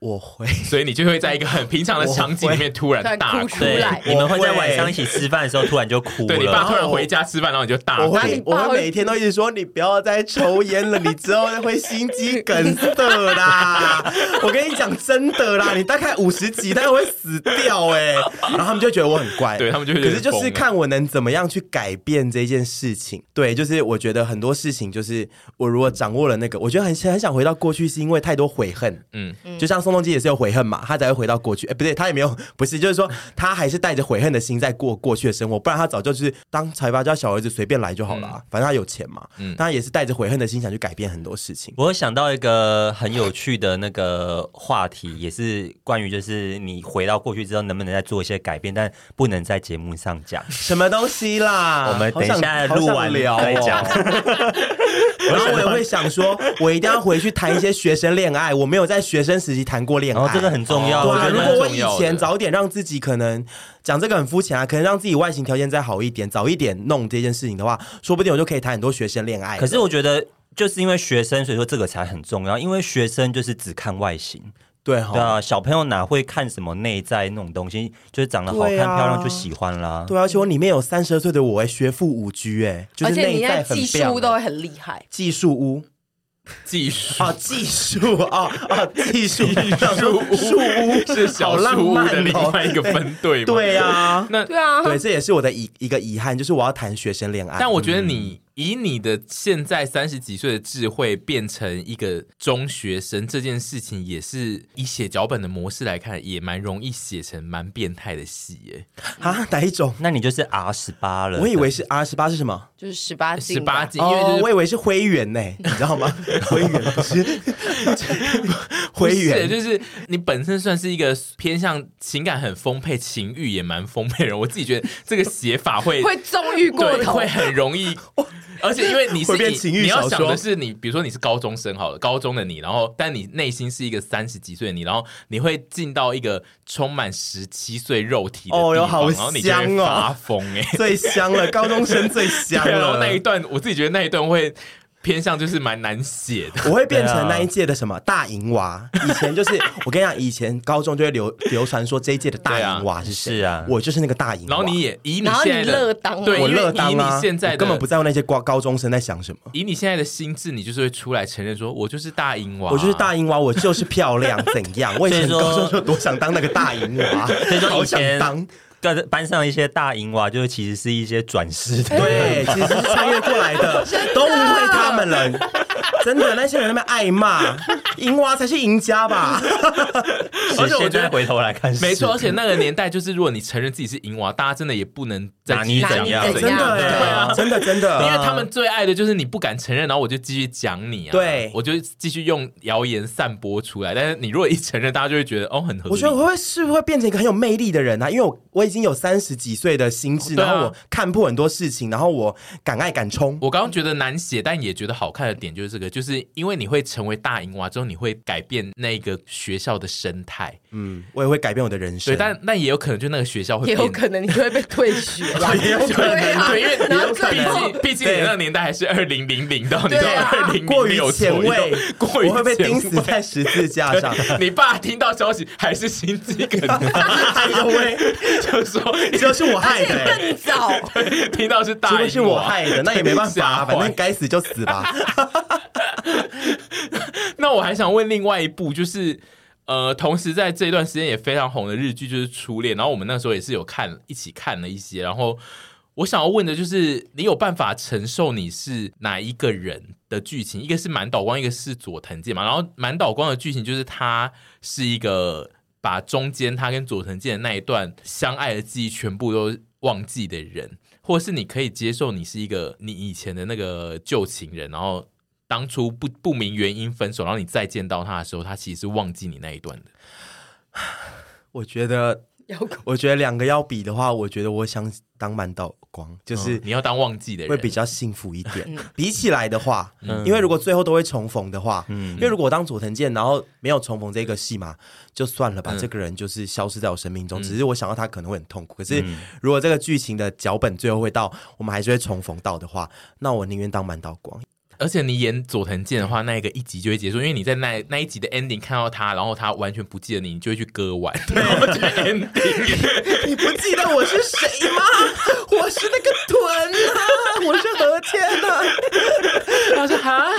[SPEAKER 3] 我会，
[SPEAKER 2] 所以你就会在一个很平常的 场景里面突然大
[SPEAKER 4] 突然哭出
[SPEAKER 5] 对
[SPEAKER 4] 来，
[SPEAKER 5] 你们会在
[SPEAKER 3] 我会
[SPEAKER 5] 晚上一起吃饭的时候突然就哭
[SPEAKER 2] 对你爸
[SPEAKER 5] 了。
[SPEAKER 2] 突然回家吃饭，然后你就大
[SPEAKER 3] 我
[SPEAKER 2] 哭。
[SPEAKER 3] 会，我会每天都一直说你不要再抽烟了，你之后会心肌梗塞啦。 我跟你讲真的啦，你大概五十级，大概会死掉哎、然后他们就觉得我很乖，
[SPEAKER 2] 对他们就会觉得
[SPEAKER 3] 可是就
[SPEAKER 2] 疯
[SPEAKER 3] 是
[SPEAKER 2] 了
[SPEAKER 3] 看我能怎么样去改变这件事情。对，就是我觉得很多事情，就是我如果掌握了那个，我觉得很很想回到过去，是因为太多悔恨。
[SPEAKER 2] 嗯，
[SPEAKER 3] 就像宋仲基也是有悔恨嘛，他才会回到过去。哎、不对，他也没有，不是，就是说他还是带着悔恨的心在过过去的生活，不然他早就是当财阀家小儿子随便来就好了啊、反正他有钱嘛。
[SPEAKER 2] 嗯
[SPEAKER 3] 他也是带着悔恨的心想去改变很多事情。
[SPEAKER 5] 我有想到一个很有趣的那个话题，也是关于就是你回到过去之后能不能再做一些改变，但不能在节目上讲。
[SPEAKER 3] 什么东西啦？
[SPEAKER 5] 我们
[SPEAKER 3] 好
[SPEAKER 5] 等一
[SPEAKER 3] 想
[SPEAKER 5] 下
[SPEAKER 3] 好
[SPEAKER 5] 录
[SPEAKER 3] 想
[SPEAKER 5] 完
[SPEAKER 3] 聊、
[SPEAKER 5] 再
[SPEAKER 3] 哦。
[SPEAKER 5] 讲。
[SPEAKER 3] 然后我也会想说，我一定要回去谈一些学生恋爱，我没有在学生时期谈过恋
[SPEAKER 5] 然
[SPEAKER 3] 爱，
[SPEAKER 5] 后哦这个很重要，
[SPEAKER 3] 对
[SPEAKER 5] 我
[SPEAKER 3] 啊，
[SPEAKER 5] 觉
[SPEAKER 3] 如
[SPEAKER 5] 得
[SPEAKER 2] 蛮
[SPEAKER 3] 果我
[SPEAKER 2] 重
[SPEAKER 3] 以
[SPEAKER 2] 要
[SPEAKER 3] 前
[SPEAKER 2] 的
[SPEAKER 3] 早点让自己可能讲这个很肤浅啊，可能让自己外形条件再好一点，早一点弄这件事情的话，说不定我就可以谈很多学生恋爱了。
[SPEAKER 5] 可是我觉得。就是因为学生，所以说这个才很重要。因为学生就是只看外形，
[SPEAKER 3] 对哈、
[SPEAKER 5] 对啊，小朋友哪会看什么内在那种东西？就是长得好看、
[SPEAKER 3] 对啊
[SPEAKER 5] 漂亮就喜欢啦。
[SPEAKER 3] 对啊，而且我里面有三十二岁的我、哎，学富五居、哎，就是
[SPEAKER 4] 而且
[SPEAKER 3] 内
[SPEAKER 4] 你
[SPEAKER 3] 在
[SPEAKER 4] 那
[SPEAKER 3] 很
[SPEAKER 4] 技
[SPEAKER 3] 漂
[SPEAKER 4] 术
[SPEAKER 3] 亮
[SPEAKER 4] 都会很厉害，
[SPEAKER 3] 技术屋
[SPEAKER 2] 技术
[SPEAKER 3] 啊，技术啊啊，技术
[SPEAKER 2] 术 屋
[SPEAKER 3] 术屋
[SPEAKER 2] 是
[SPEAKER 3] 好
[SPEAKER 2] 小
[SPEAKER 3] 浪
[SPEAKER 2] 树屋
[SPEAKER 3] 漫
[SPEAKER 2] 的另
[SPEAKER 3] 哦
[SPEAKER 2] 外一个分队嘛？
[SPEAKER 3] 对啊，
[SPEAKER 2] 那
[SPEAKER 4] 对 啊，
[SPEAKER 3] 对，这也是我的遗一个遗憾，就是我要谈学生恋爱。
[SPEAKER 2] 但我觉得你以你的现在三十几岁的智慧，变成一个中学生这件事情，也是以写脚本的模式来看，也蛮容易写成蛮变态的戏耶。
[SPEAKER 3] 啊，哪一种？
[SPEAKER 5] 那你就是 R 十八了。
[SPEAKER 3] 我以为是 R 十八是什么？
[SPEAKER 4] 就是十八禁
[SPEAKER 2] 十
[SPEAKER 4] 吧，
[SPEAKER 2] 八禁，因为就是
[SPEAKER 3] 哦、我以为是灰 原呢、你知道吗？灰原不是灰
[SPEAKER 2] 不是
[SPEAKER 3] 原，
[SPEAKER 2] 就是你本身算是一个偏向情感很丰沛、情欲也蛮丰沛的人。我自己觉得这个写法 会
[SPEAKER 4] 会纵欲过
[SPEAKER 2] 对，
[SPEAKER 4] 头
[SPEAKER 2] 会。很容 易。而且因为你是
[SPEAKER 3] 会变
[SPEAKER 2] 以
[SPEAKER 3] 情欲
[SPEAKER 2] 你要
[SPEAKER 3] 小
[SPEAKER 2] 想的
[SPEAKER 3] 说
[SPEAKER 2] 是你，比如说你是高中生好了，高中的你，然后但你内心是一个三十几岁的你，然后你会进到一个充满十七岁肉体的地
[SPEAKER 3] 哦
[SPEAKER 2] 方，
[SPEAKER 3] 哟好
[SPEAKER 2] 然后你就
[SPEAKER 3] 香
[SPEAKER 2] 会
[SPEAKER 3] 哦
[SPEAKER 2] 发疯哎、
[SPEAKER 3] 最香了，高中生最
[SPEAKER 2] 对
[SPEAKER 3] 哦香
[SPEAKER 2] 啊，然后
[SPEAKER 3] 了。
[SPEAKER 2] 那一段，我自己觉得那一段会偏向就是蛮难写 的。
[SPEAKER 3] 我会变
[SPEAKER 5] 对啊
[SPEAKER 3] 成那一届的什么大银娃？以前就是我跟你讲，以前高中就会流流传说这一届的大银娃是谁
[SPEAKER 5] 是啊
[SPEAKER 3] 我就是那个大银娃。
[SPEAKER 2] 然后你也以你
[SPEAKER 4] 然后
[SPEAKER 2] 现在
[SPEAKER 4] 你乐
[SPEAKER 2] 的
[SPEAKER 4] 当啊
[SPEAKER 2] 对，
[SPEAKER 3] 我
[SPEAKER 2] 因为
[SPEAKER 3] 乐当
[SPEAKER 2] 以
[SPEAKER 3] 啊，
[SPEAKER 2] 你现在
[SPEAKER 3] 我
[SPEAKER 2] 的
[SPEAKER 3] 根本不在乎那些高高中生在想什么。
[SPEAKER 2] 以你现在的心智，你就是会出来承认说，我就是大银娃，
[SPEAKER 3] 我就是大银娃，我就是漂亮，怎样？我以前
[SPEAKER 5] 所以说
[SPEAKER 3] 高中就多想当那个大银娃，好
[SPEAKER 5] 以
[SPEAKER 3] 想
[SPEAKER 5] 前
[SPEAKER 3] 当。
[SPEAKER 5] 各班上一些大银娃，就是其实是一些转世的。
[SPEAKER 3] 对，其实是穿越过来 的，都误会他们了。真的，那些人在那边爱骂，银娃才是赢家吧？
[SPEAKER 5] 其
[SPEAKER 2] 而且
[SPEAKER 5] 实
[SPEAKER 2] 我觉
[SPEAKER 5] 现在
[SPEAKER 2] 得
[SPEAKER 5] 回头来看，
[SPEAKER 2] 没错，而
[SPEAKER 5] 是
[SPEAKER 2] 且那个年代就是，如果你承认自己是银娃，大家真的也不能再
[SPEAKER 5] 打
[SPEAKER 2] 继
[SPEAKER 5] 你
[SPEAKER 2] 续
[SPEAKER 5] 怎样
[SPEAKER 2] 讲
[SPEAKER 4] 对
[SPEAKER 3] 真的
[SPEAKER 4] 对
[SPEAKER 3] 哎
[SPEAKER 4] 啊，
[SPEAKER 3] 真的真
[SPEAKER 2] 因为
[SPEAKER 3] 的，
[SPEAKER 2] 他们最爱的就是你不敢承认，然后我就继续讲你啊，
[SPEAKER 3] 对
[SPEAKER 2] 我就继续用谣言散播出来。但是你如果一承认，大家就会觉得哦，很合理。
[SPEAKER 3] 我觉得我会是不是会变成一个很有魅力的人啊？因为我我已经有三十几岁的心智，
[SPEAKER 2] 对啊
[SPEAKER 3] 然后我看破很多事情，然后我敢爱敢冲。
[SPEAKER 2] 我刚刚觉得难写，但也觉得好看的点就是这个，就是因为你会成为大银娃之后，你会改变那个学校的生态，
[SPEAKER 3] 嗯，我也会改变我的人生。
[SPEAKER 2] 对，但但也有可能就那个学校会
[SPEAKER 4] 也
[SPEAKER 2] 变
[SPEAKER 4] 有可能你就会被退 学啦，
[SPEAKER 3] 哦也有可能
[SPEAKER 4] 对啊
[SPEAKER 2] 对，因为
[SPEAKER 4] 然后
[SPEAKER 2] 毕
[SPEAKER 4] 最后
[SPEAKER 2] 竟毕竟你那个年代还是二零零零到你
[SPEAKER 4] 对啊
[SPEAKER 2] 二零
[SPEAKER 3] 过于前卫，
[SPEAKER 2] 过于
[SPEAKER 3] 我会被
[SPEAKER 2] 前
[SPEAKER 3] 钉死
[SPEAKER 2] 卫
[SPEAKER 3] 在十字架上。
[SPEAKER 2] 你爸听到消息还是心肌梗 塞，
[SPEAKER 3] 哎呦喂，
[SPEAKER 2] 就说
[SPEAKER 3] 就是我害的、欸。
[SPEAKER 4] 更早，
[SPEAKER 2] 听到是
[SPEAKER 3] 如
[SPEAKER 2] 大
[SPEAKER 3] 果
[SPEAKER 2] 姨，
[SPEAKER 3] 是我害的，那也没办法、
[SPEAKER 2] 吓
[SPEAKER 3] 啊，
[SPEAKER 2] 坏
[SPEAKER 3] 反正该死就死吧。
[SPEAKER 2] 那我还想问另外一部，就是呃，同时在这一段时间也非常红的日剧就是《初恋》，然后我们那时候也是有看一起看了一些，然后。我想要问的就是，你有办法承受你是哪一个人的剧情？一个是满岛光，一个是佐藤健嘛。然后满岛光的剧情就是他是一个把中间他跟佐藤健的那一段相爱的记忆全部都忘记的人，或是你可以接受你是一个你以前的那个旧情人，然后当初不不明原因分手，然后你再见到他的时候，他其实是忘记你那一段的。
[SPEAKER 3] 我觉得，
[SPEAKER 4] 要哭
[SPEAKER 3] 我觉得两个要比的话，我觉得我想当满道光，就是
[SPEAKER 2] 嗯你要当忘记的人，
[SPEAKER 3] 会比较幸福一点。比起来的话，因为如果最后都会重逢的话，
[SPEAKER 5] 嗯
[SPEAKER 3] 因为如果我当佐藤健，然后没有重逢这个戏嘛，就算了吧，这个人就是消失在我生命中。只是我想到他可能会很痛苦。可是如果这个剧情的脚本最后会到，我们还是会重逢到的话，那我宁愿当满道光。
[SPEAKER 2] 而且你演佐藤健的话，那一个一集就会结束，因为你在那那一集的 ending 看到他，然后他完全不记得你，你就会去割腕，然后就 ending。
[SPEAKER 3] 你不记得我是谁吗？ 我是那个豚啊， 我是啊何天呐、
[SPEAKER 2] 他说 哈，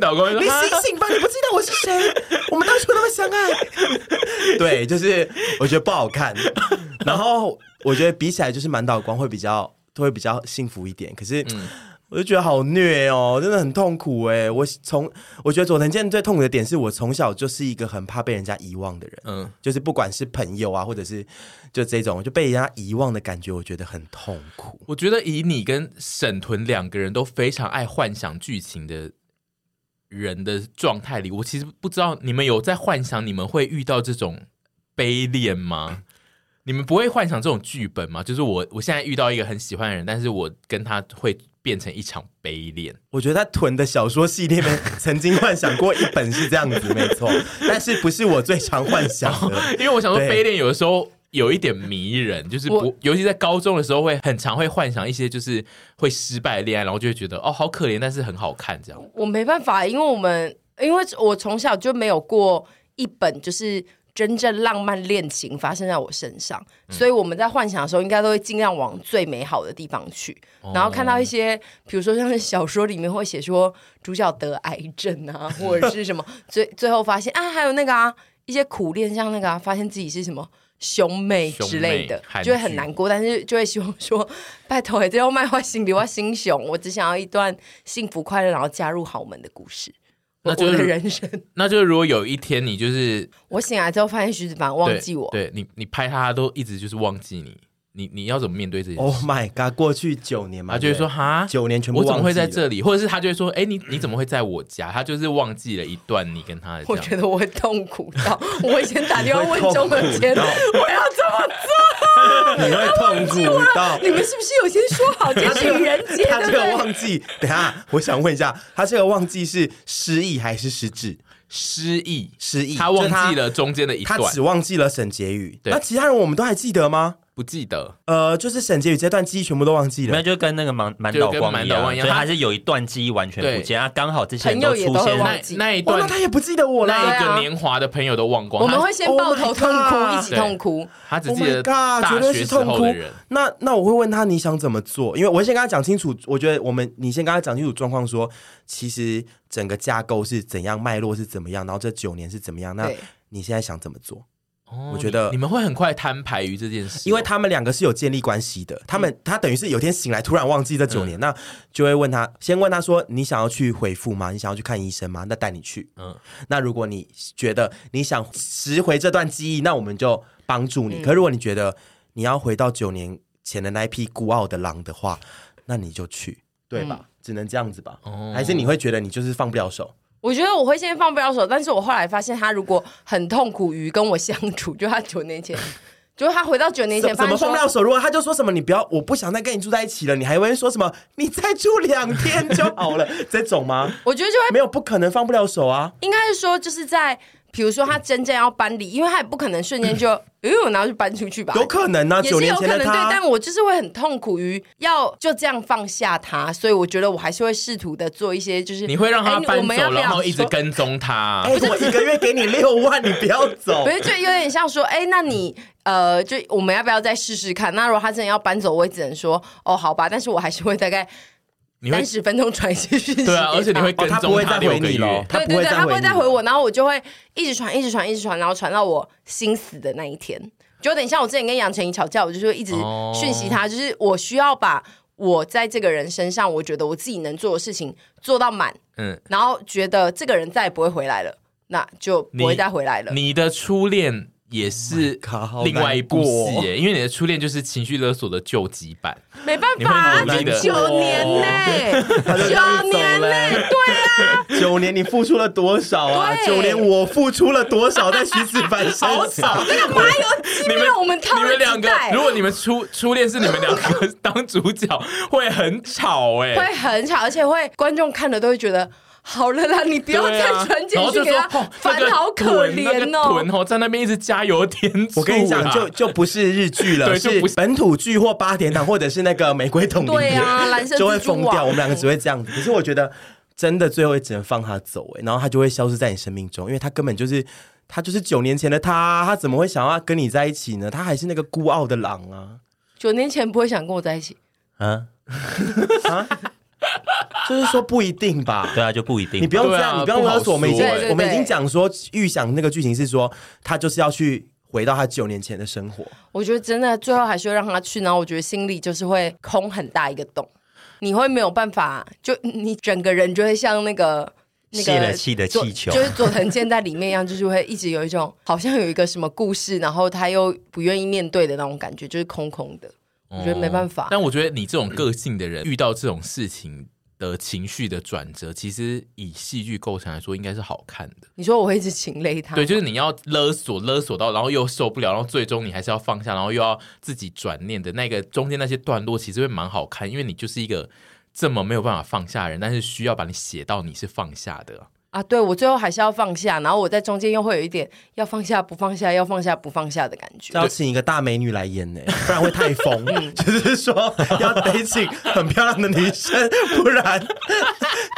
[SPEAKER 2] 导公就
[SPEAKER 3] 你
[SPEAKER 2] 说哈
[SPEAKER 3] 醒醒吧！你不记得我是 谁？我们当初那么相爱。 对，就是我觉得不好看。然后我觉得比起来，就是满岛光会比较会比较幸福一点。可是。我就觉得好虐哦，真的很痛苦哎、我从我觉得佐藤健最痛苦的点是我从小就是一个很怕被人家遗忘的人，
[SPEAKER 2] 嗯，
[SPEAKER 3] 就是不管是朋友啊，或者是就这种就被人家遗忘的感觉，我觉得很痛苦。
[SPEAKER 2] 我觉得以你跟沈屯两个人都非常爱幻想剧情的人的状态里，我其实不知道你们有在幻想你们会遇到这种悲恋吗？你们不会幻想这种剧本吗？就是我我现在遇到一个很喜欢的人，但是我跟他会变成一场悲恋。
[SPEAKER 3] 我觉得在屯的小说系列里面，曾经幻想过一本是这样子，没错，但是不是我最常幻想 的。
[SPEAKER 2] 因为我想说
[SPEAKER 3] 对
[SPEAKER 2] 悲恋有的时候有一点迷人，就是不
[SPEAKER 4] 我，
[SPEAKER 2] 尤其在高中的时候会很常会幻想一些就是会失败的恋爱，然后就会觉得哦好可怜，但是很好看这样。
[SPEAKER 4] 我没办法，因为我们因为我从小就没有过一本就是真正浪漫恋情发生在我身上，所以我们在幻想的时候，应该都会尽量往最美好的地方去。然后看到一些，比如说像是小说里面会写说主角得癌症啊，或者是什么，最最后发现啊，还有那个啊，一些苦恋，像那个啊，发现自己是什么。兄妹之类的
[SPEAKER 2] 兄妹韩，剧
[SPEAKER 4] 就会很难过，但是就会希望说，拜托、欸，这要卖花心里，我要心雄，我只想要一段幸福快乐，然后加入豪门的故事。我
[SPEAKER 2] 那就是
[SPEAKER 4] 我的人生，
[SPEAKER 2] 那就是如果有一天你就是
[SPEAKER 4] 我醒来之后发现徐子凡忘
[SPEAKER 2] 对
[SPEAKER 4] 记我，
[SPEAKER 2] 对你你拍他他都一直就是忘记你，你你要怎么面对这件
[SPEAKER 3] Oh
[SPEAKER 2] 事？
[SPEAKER 3] my god！过去九年嘛，
[SPEAKER 2] 哦他就会说
[SPEAKER 3] 对
[SPEAKER 2] 哈，
[SPEAKER 3] 九年全部
[SPEAKER 2] 我怎么会在
[SPEAKER 3] 忘记了
[SPEAKER 2] 这里？或者是他就会说，哎、你你怎么会在我家？他就是忘记了一段你跟他的这
[SPEAKER 4] 我
[SPEAKER 2] 样。
[SPEAKER 4] 觉得我会痛苦 到，我以前打电话问
[SPEAKER 3] 你会痛
[SPEAKER 4] 钟
[SPEAKER 3] 苦
[SPEAKER 4] 和谦，
[SPEAKER 3] 到
[SPEAKER 4] 我要怎么
[SPEAKER 3] 你会痛苦到
[SPEAKER 4] 做？你们是不是有先说好今天是愚人节，
[SPEAKER 3] 他
[SPEAKER 4] 对
[SPEAKER 3] 这
[SPEAKER 4] 不
[SPEAKER 3] 个
[SPEAKER 4] 对？
[SPEAKER 3] 忘记。等一下，我想问一下，他这个忘记是失忆还是失智？
[SPEAKER 2] 失忆，
[SPEAKER 3] 失忆
[SPEAKER 2] 他忘
[SPEAKER 3] 就是
[SPEAKER 2] 记了中间的一
[SPEAKER 3] 他
[SPEAKER 2] 段
[SPEAKER 3] 只。忘记了沈婕妤，
[SPEAKER 2] 对
[SPEAKER 3] 那其他人我们都还记得吗？
[SPEAKER 2] 不记得，
[SPEAKER 3] 呃，就是沈婕妤这段记忆全部都忘记
[SPEAKER 5] 没有
[SPEAKER 3] 了。
[SPEAKER 5] 就跟那个满满岛
[SPEAKER 2] 就跟
[SPEAKER 5] 光
[SPEAKER 2] 满
[SPEAKER 5] 一
[SPEAKER 2] 岛光
[SPEAKER 5] 样，
[SPEAKER 2] 一样
[SPEAKER 5] 所以
[SPEAKER 2] 他
[SPEAKER 5] 他是有一段记忆完全不见，他刚好这些人
[SPEAKER 4] 朋友也
[SPEAKER 5] 出
[SPEAKER 4] 都会
[SPEAKER 5] 现
[SPEAKER 4] 忘
[SPEAKER 5] 在
[SPEAKER 2] 那
[SPEAKER 4] 记啊
[SPEAKER 2] 那一
[SPEAKER 3] 哇，
[SPEAKER 2] 段
[SPEAKER 3] 哦那他也不记得我
[SPEAKER 2] 那
[SPEAKER 3] 啦。
[SPEAKER 2] 一个年华的朋友都忘光，
[SPEAKER 4] 我们
[SPEAKER 2] 他
[SPEAKER 4] 会先抱头
[SPEAKER 3] Oh my
[SPEAKER 4] 痛哭，一
[SPEAKER 3] God
[SPEAKER 4] 起痛哭。
[SPEAKER 2] 他只
[SPEAKER 3] Oh
[SPEAKER 2] 记得
[SPEAKER 3] my god，
[SPEAKER 2] 大
[SPEAKER 3] 绝对
[SPEAKER 2] 学
[SPEAKER 3] 是
[SPEAKER 2] 时
[SPEAKER 3] 痛
[SPEAKER 2] 候
[SPEAKER 3] 哭
[SPEAKER 2] 的人。。
[SPEAKER 3] 那那我会问他你想怎么做，因为我先跟他讲清楚，我觉得我们你先跟他讲清楚状况说，其实整个架构是怎样，脉络是怎么样，然后这九年是怎么样。那
[SPEAKER 4] 对
[SPEAKER 3] 你现在想怎么做？
[SPEAKER 2] 哦
[SPEAKER 3] 我觉得
[SPEAKER 2] 你你们会很快摊牌于这件事哦，嗯
[SPEAKER 3] 因为他们两个是有建立关系的，他们、他等于是有天醒来突然忘记这九年，那就会问他，先问他说你想要去回复吗？你想要去看医生吗？那带你去。
[SPEAKER 2] 嗯
[SPEAKER 3] 嗯，那如果你觉得你想拾回这段记忆，那我们就帮
[SPEAKER 2] 嗯
[SPEAKER 3] 助你。可如果你觉得你要回到九年前的那一匹孤傲的狼的话，那你就去，对吧？只能这样子吧？
[SPEAKER 2] 嗯哦
[SPEAKER 3] 还是你会觉得你就是放不了手？
[SPEAKER 4] 我觉得我会先放不了手，但是我后来发现他如果很痛苦于跟我相处，就他九年前，就是他回到九年前，
[SPEAKER 3] 怎
[SPEAKER 4] 发
[SPEAKER 3] 怎
[SPEAKER 4] 现
[SPEAKER 3] 么放不
[SPEAKER 4] 说
[SPEAKER 3] 了手？如果他就说什么你不要，我不想再跟你住在一起了，你还会说什么你再住两天就好了这种 吗？
[SPEAKER 4] 我觉得就会
[SPEAKER 3] 没有不可能放不了手啊！
[SPEAKER 4] 应该是说就是在，比如说他真正要搬离，因为他也不可能瞬间就，
[SPEAKER 2] 嗯
[SPEAKER 4] 哎呦，然后就搬出去吧。
[SPEAKER 3] 有可能啊，
[SPEAKER 4] 也
[SPEAKER 3] 九
[SPEAKER 4] 是
[SPEAKER 3] 年
[SPEAKER 4] 有可
[SPEAKER 3] 前
[SPEAKER 4] 能
[SPEAKER 3] 的
[SPEAKER 4] 对，但
[SPEAKER 3] 他，
[SPEAKER 4] 我就是会很痛苦于要就这样放下他，所以我觉得我还是会试图的做一些，就是
[SPEAKER 2] 你会让他
[SPEAKER 4] 哎我
[SPEAKER 2] 搬
[SPEAKER 4] 们要
[SPEAKER 2] 走，
[SPEAKER 4] 不要
[SPEAKER 2] 然后一直
[SPEAKER 4] 说
[SPEAKER 2] 跟踪他
[SPEAKER 3] 哎、。我一个月给你六万，你不要 走
[SPEAKER 4] 不。是，就有点像说，哎、那你呃，就我们要不要再试试看？那如果他真的要搬走，我也只能说，哦，好吧，但是我还是会大概
[SPEAKER 2] 你会
[SPEAKER 4] 三十分钟传一些讯息。
[SPEAKER 2] 对啊，而且你会。跟
[SPEAKER 3] 哦他不
[SPEAKER 2] 踪
[SPEAKER 3] 会再
[SPEAKER 2] 六
[SPEAKER 3] 回
[SPEAKER 2] 个
[SPEAKER 3] 你
[SPEAKER 2] 月
[SPEAKER 3] 了，。
[SPEAKER 4] 对
[SPEAKER 3] 不
[SPEAKER 4] 对
[SPEAKER 3] 会
[SPEAKER 4] 对，他不
[SPEAKER 3] 回
[SPEAKER 4] 会
[SPEAKER 3] 你
[SPEAKER 4] 再回我，然后我就会一直传，一直传，一直传，然后传到我心死的那一天，就有点像我之前跟杨丞琳吵架，我就是会一直
[SPEAKER 2] 哦
[SPEAKER 4] 讯息他，就是我需要把我在这个人身上，我觉得我自己能做的事情做到满，
[SPEAKER 2] 嗯，
[SPEAKER 4] 然后觉得这个人再也不会回来了，那就不会
[SPEAKER 2] 你
[SPEAKER 4] 再回来了。
[SPEAKER 2] 你的初恋也是
[SPEAKER 3] Oh my God，好
[SPEAKER 2] 另外一部
[SPEAKER 3] 难
[SPEAKER 2] 戏
[SPEAKER 3] 过
[SPEAKER 2] 耶，因为你的初恋就是情绪勒索的救急版。
[SPEAKER 4] 没办
[SPEAKER 2] 你会
[SPEAKER 4] 法、啊，
[SPEAKER 2] 努力的
[SPEAKER 4] 九年呢、
[SPEAKER 3] 他就这样
[SPEAKER 4] 九
[SPEAKER 3] 走
[SPEAKER 4] 年呢、
[SPEAKER 3] 了
[SPEAKER 4] 对啊，
[SPEAKER 3] 九年你付出了多少啊？
[SPEAKER 4] 对
[SPEAKER 3] 九年我付出了多少在徐子凡身上？
[SPEAKER 4] 那个麻油鸡
[SPEAKER 2] 你
[SPEAKER 4] 没
[SPEAKER 2] 们
[SPEAKER 4] 有我们套
[SPEAKER 2] 你
[SPEAKER 4] 了
[SPEAKER 2] 们
[SPEAKER 4] 几
[SPEAKER 2] 两个，
[SPEAKER 4] 代
[SPEAKER 2] 如。果你们初初恋是你们两个 当主角，会很吵哎、
[SPEAKER 4] 会很吵，而且会观众看了都会觉得，好了啦，你不
[SPEAKER 2] 对
[SPEAKER 4] 要再
[SPEAKER 2] 啊
[SPEAKER 4] 传
[SPEAKER 2] 然
[SPEAKER 4] 简
[SPEAKER 2] 后就
[SPEAKER 4] 讯给
[SPEAKER 2] 说
[SPEAKER 4] 他
[SPEAKER 2] 哦，
[SPEAKER 4] 烦
[SPEAKER 2] 那个
[SPEAKER 4] 好可
[SPEAKER 2] 臀那个
[SPEAKER 4] 怜哦
[SPEAKER 2] 臀。哦，在那边一直加油添醋啊。
[SPEAKER 3] 我 跟你讲， 就就不是日剧了，
[SPEAKER 2] 对就是不是
[SPEAKER 3] 本土剧或八点档，或者是那个玫瑰童林
[SPEAKER 4] 对 啊蓝色蜘蛛
[SPEAKER 3] 就
[SPEAKER 4] 网
[SPEAKER 3] 会疯掉。我们两个只会这样子。可是我觉得，真的最后也只能放他走、哎，然后他就会消失在你生命中，因为他根本就是他就是九年前的他，他怎么会想要跟你在一起呢？他还是那个孤傲的狼 啊！
[SPEAKER 4] 九年前不会想跟我在一起，
[SPEAKER 5] 嗯，
[SPEAKER 3] 就是说不一定吧。
[SPEAKER 5] 对啊，就不一定。
[SPEAKER 3] 你不用这样，
[SPEAKER 2] 对啊
[SPEAKER 3] 你不用勒
[SPEAKER 2] 不好说
[SPEAKER 3] 索。我们已经
[SPEAKER 2] 对
[SPEAKER 4] 对对
[SPEAKER 3] 我们已经讲说，预想那个剧情是说，他就是要去回到他九年前的生活。
[SPEAKER 4] 我觉得真的最后还是会让他去，然后我觉得心里就是会空很大一个洞，你会没有办法，就你整个人就会像那个。那
[SPEAKER 5] 泄
[SPEAKER 4] 个
[SPEAKER 5] 了气的
[SPEAKER 4] 佐
[SPEAKER 5] 气球
[SPEAKER 4] 就是佐藤健在里面一样，就是会一直有一种好像有一个什么故事，然后他又不愿意面对的那种感觉，就是空空的。我觉得没办法
[SPEAKER 2] 但我觉得你这种个性的人，遇到这种事情的情绪的转折，其实以戏剧构成来说，应该是好看的。
[SPEAKER 4] 你说我会一直情累他，
[SPEAKER 2] 对，就是你要勒索勒索到，然后又受不了，然后最终你还是要放下，然后又要自己转念的那个中间那些段落，其实会蛮好看，因为你就是一个这么没有办法放下的人，但是需要把你写到你是放下的。
[SPEAKER 4] 啊，对我最后还是要放下，然后我在中间又会有一点要放下不放下，要放下不放下的感觉
[SPEAKER 3] 这。要请一个大美女来演呢、不然会太疯。就是说要得请很漂亮的女生，不然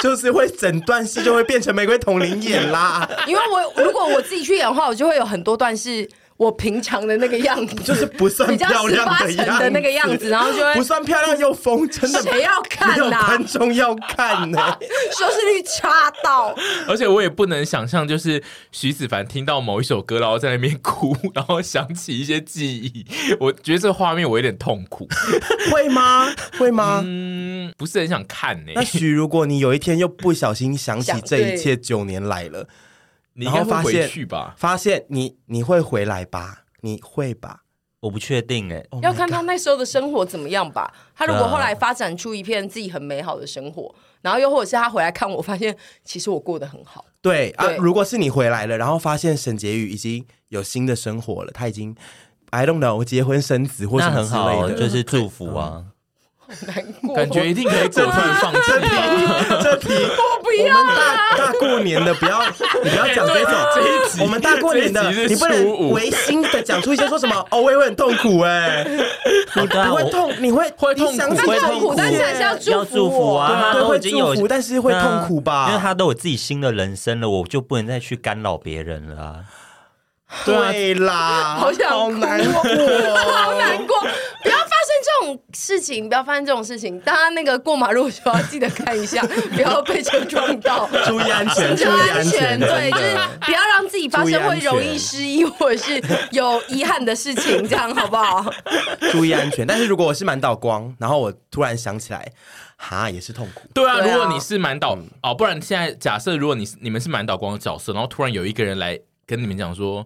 [SPEAKER 3] 就是会整段戏就会变成玫瑰童林演啦。
[SPEAKER 4] 因为我如果我自己去演的话，我就会有很多段是我平常的那个样子，
[SPEAKER 3] 就是不算
[SPEAKER 4] 比较
[SPEAKER 3] 漂
[SPEAKER 4] 十
[SPEAKER 3] 亮
[SPEAKER 4] 八
[SPEAKER 3] 的
[SPEAKER 4] 层
[SPEAKER 3] 样子
[SPEAKER 4] 的那个样子，然后就
[SPEAKER 3] 不
[SPEAKER 4] 会
[SPEAKER 3] 算漂亮又疯，真的
[SPEAKER 4] 谁要
[SPEAKER 3] 没
[SPEAKER 4] 看啊
[SPEAKER 3] 有
[SPEAKER 4] 呐、
[SPEAKER 3] 观众要看呢、
[SPEAKER 4] 收视率差
[SPEAKER 3] Oh
[SPEAKER 4] 到，
[SPEAKER 2] 而且我也不能想象，就是徐子凡听到某一首歌，然后在那边哭，然后想起一些记忆，我觉得这画面我有点痛苦，
[SPEAKER 3] 会吗？会吗？
[SPEAKER 2] 嗯，不是很想看呢、
[SPEAKER 3] 那许，如果你有一天又不小心想起
[SPEAKER 4] 想
[SPEAKER 3] 这一
[SPEAKER 4] 对
[SPEAKER 3] 切九年来了，
[SPEAKER 2] 你应
[SPEAKER 3] 然
[SPEAKER 2] 该
[SPEAKER 3] 后
[SPEAKER 2] 会
[SPEAKER 3] 发
[SPEAKER 2] 回
[SPEAKER 3] 现
[SPEAKER 2] 去吧？
[SPEAKER 3] 发现你你会回来吧？你会吧？
[SPEAKER 5] 我不确定
[SPEAKER 2] 哦
[SPEAKER 5] 哎，
[SPEAKER 4] 要看他那时候的生活怎么样吧。他如果后
[SPEAKER 3] 啊
[SPEAKER 4] 来发展出一片自己很美好的生活，然后又或者是他回来看我，发现其实我过得很好。
[SPEAKER 3] 对啊
[SPEAKER 4] 对，
[SPEAKER 3] 如果是你回来了，然后发现沈婕妤已经有新的生活了，她已经 I don't know 结婚生子或什
[SPEAKER 5] 那
[SPEAKER 3] 么
[SPEAKER 5] 很
[SPEAKER 3] 之
[SPEAKER 5] 好，
[SPEAKER 3] 类的，
[SPEAKER 5] 就是祝福啊。
[SPEAKER 4] 难过，
[SPEAKER 2] 感觉一定可以整体放弃吧。
[SPEAKER 3] 这题
[SPEAKER 4] 我不应
[SPEAKER 3] 我们大大过年的不要，你不要讲这种
[SPEAKER 2] 哎。对这一 集
[SPEAKER 3] 我们大过年的
[SPEAKER 2] 这一，集是
[SPEAKER 3] 你不
[SPEAKER 2] 初
[SPEAKER 3] 能
[SPEAKER 2] 五
[SPEAKER 3] 违心的讲出一些说什么 哦，我也会很痛苦哎，
[SPEAKER 5] 你
[SPEAKER 3] 你会痛，你会
[SPEAKER 2] 啊会痛苦
[SPEAKER 3] 你想
[SPEAKER 2] 会
[SPEAKER 4] 痛苦但是还是要祝福
[SPEAKER 5] 要祝福
[SPEAKER 4] 我
[SPEAKER 5] 啊！
[SPEAKER 3] 对
[SPEAKER 5] 他
[SPEAKER 3] 对
[SPEAKER 5] 都
[SPEAKER 3] 会
[SPEAKER 5] 已经有
[SPEAKER 3] 祝福但是会痛苦吧
[SPEAKER 5] 那因为他都有自己新的人生了，我就不能再去干扰别人了啊。
[SPEAKER 2] 啊
[SPEAKER 3] 对啦，
[SPEAKER 4] 好想哭
[SPEAKER 3] 好难 过。
[SPEAKER 4] 好难过，不要发生这种事情，不要发生这种事情。大家那个过马路的时候要记得看 一下，不要被车撞到。
[SPEAKER 3] 注意安全，注
[SPEAKER 4] 就
[SPEAKER 3] 意
[SPEAKER 4] 安
[SPEAKER 3] 安全，
[SPEAKER 4] 对，
[SPEAKER 3] 真的
[SPEAKER 4] 就是不要让自己发生会容易失忆或者是有遗憾的事情，这样好 不好？
[SPEAKER 3] 注意安全。但是如果我是满岛光，然后我突然想起来，哈，也是痛苦。
[SPEAKER 2] 对啊，
[SPEAKER 4] 对啊
[SPEAKER 2] 如果你是满岛
[SPEAKER 3] 嗯
[SPEAKER 2] 哦，不然现在假设如果你是你们是满岛光的角色，然后突然有一个人来跟你们讲说，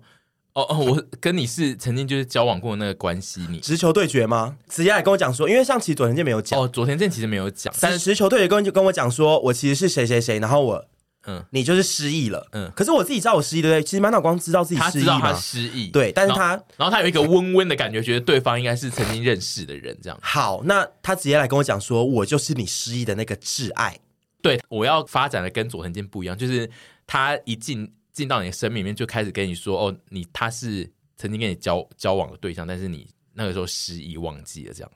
[SPEAKER 2] 哦哦，我跟你是曾经就是交往过的那个关系，你
[SPEAKER 3] 直球对决吗？子雅也跟我讲说，因为上期左仁健没有讲，
[SPEAKER 2] 哦，昨天健其实没有讲，
[SPEAKER 3] 但
[SPEAKER 2] 但
[SPEAKER 3] 是
[SPEAKER 2] 是
[SPEAKER 3] 直球对决跟就跟我讲说，我其实是谁谁谁，然后我
[SPEAKER 2] 嗯，
[SPEAKER 3] 你就是失忆了，嗯
[SPEAKER 2] 嗯，
[SPEAKER 3] 可是我自己知道我失忆，对不对？其实满脑光知道自己
[SPEAKER 2] 他
[SPEAKER 3] 失
[SPEAKER 2] 知
[SPEAKER 3] 忆
[SPEAKER 2] 道他
[SPEAKER 3] 嘛，
[SPEAKER 2] 失忆，
[SPEAKER 3] 对，但是
[SPEAKER 2] 然后
[SPEAKER 3] 他
[SPEAKER 2] 然后他有一个温温的感觉，觉得对方应该是曾经认识的人，这样。
[SPEAKER 3] 好，那他直接来跟我讲说，我就是你失忆的那个挚爱，
[SPEAKER 2] 对，我要发展的跟佐藤健不一样，就是他一进进到你的生命里面，就开始跟你说，哦，你他是曾经跟你交交往的对象，但是你那个时候失忆忘记了，这样。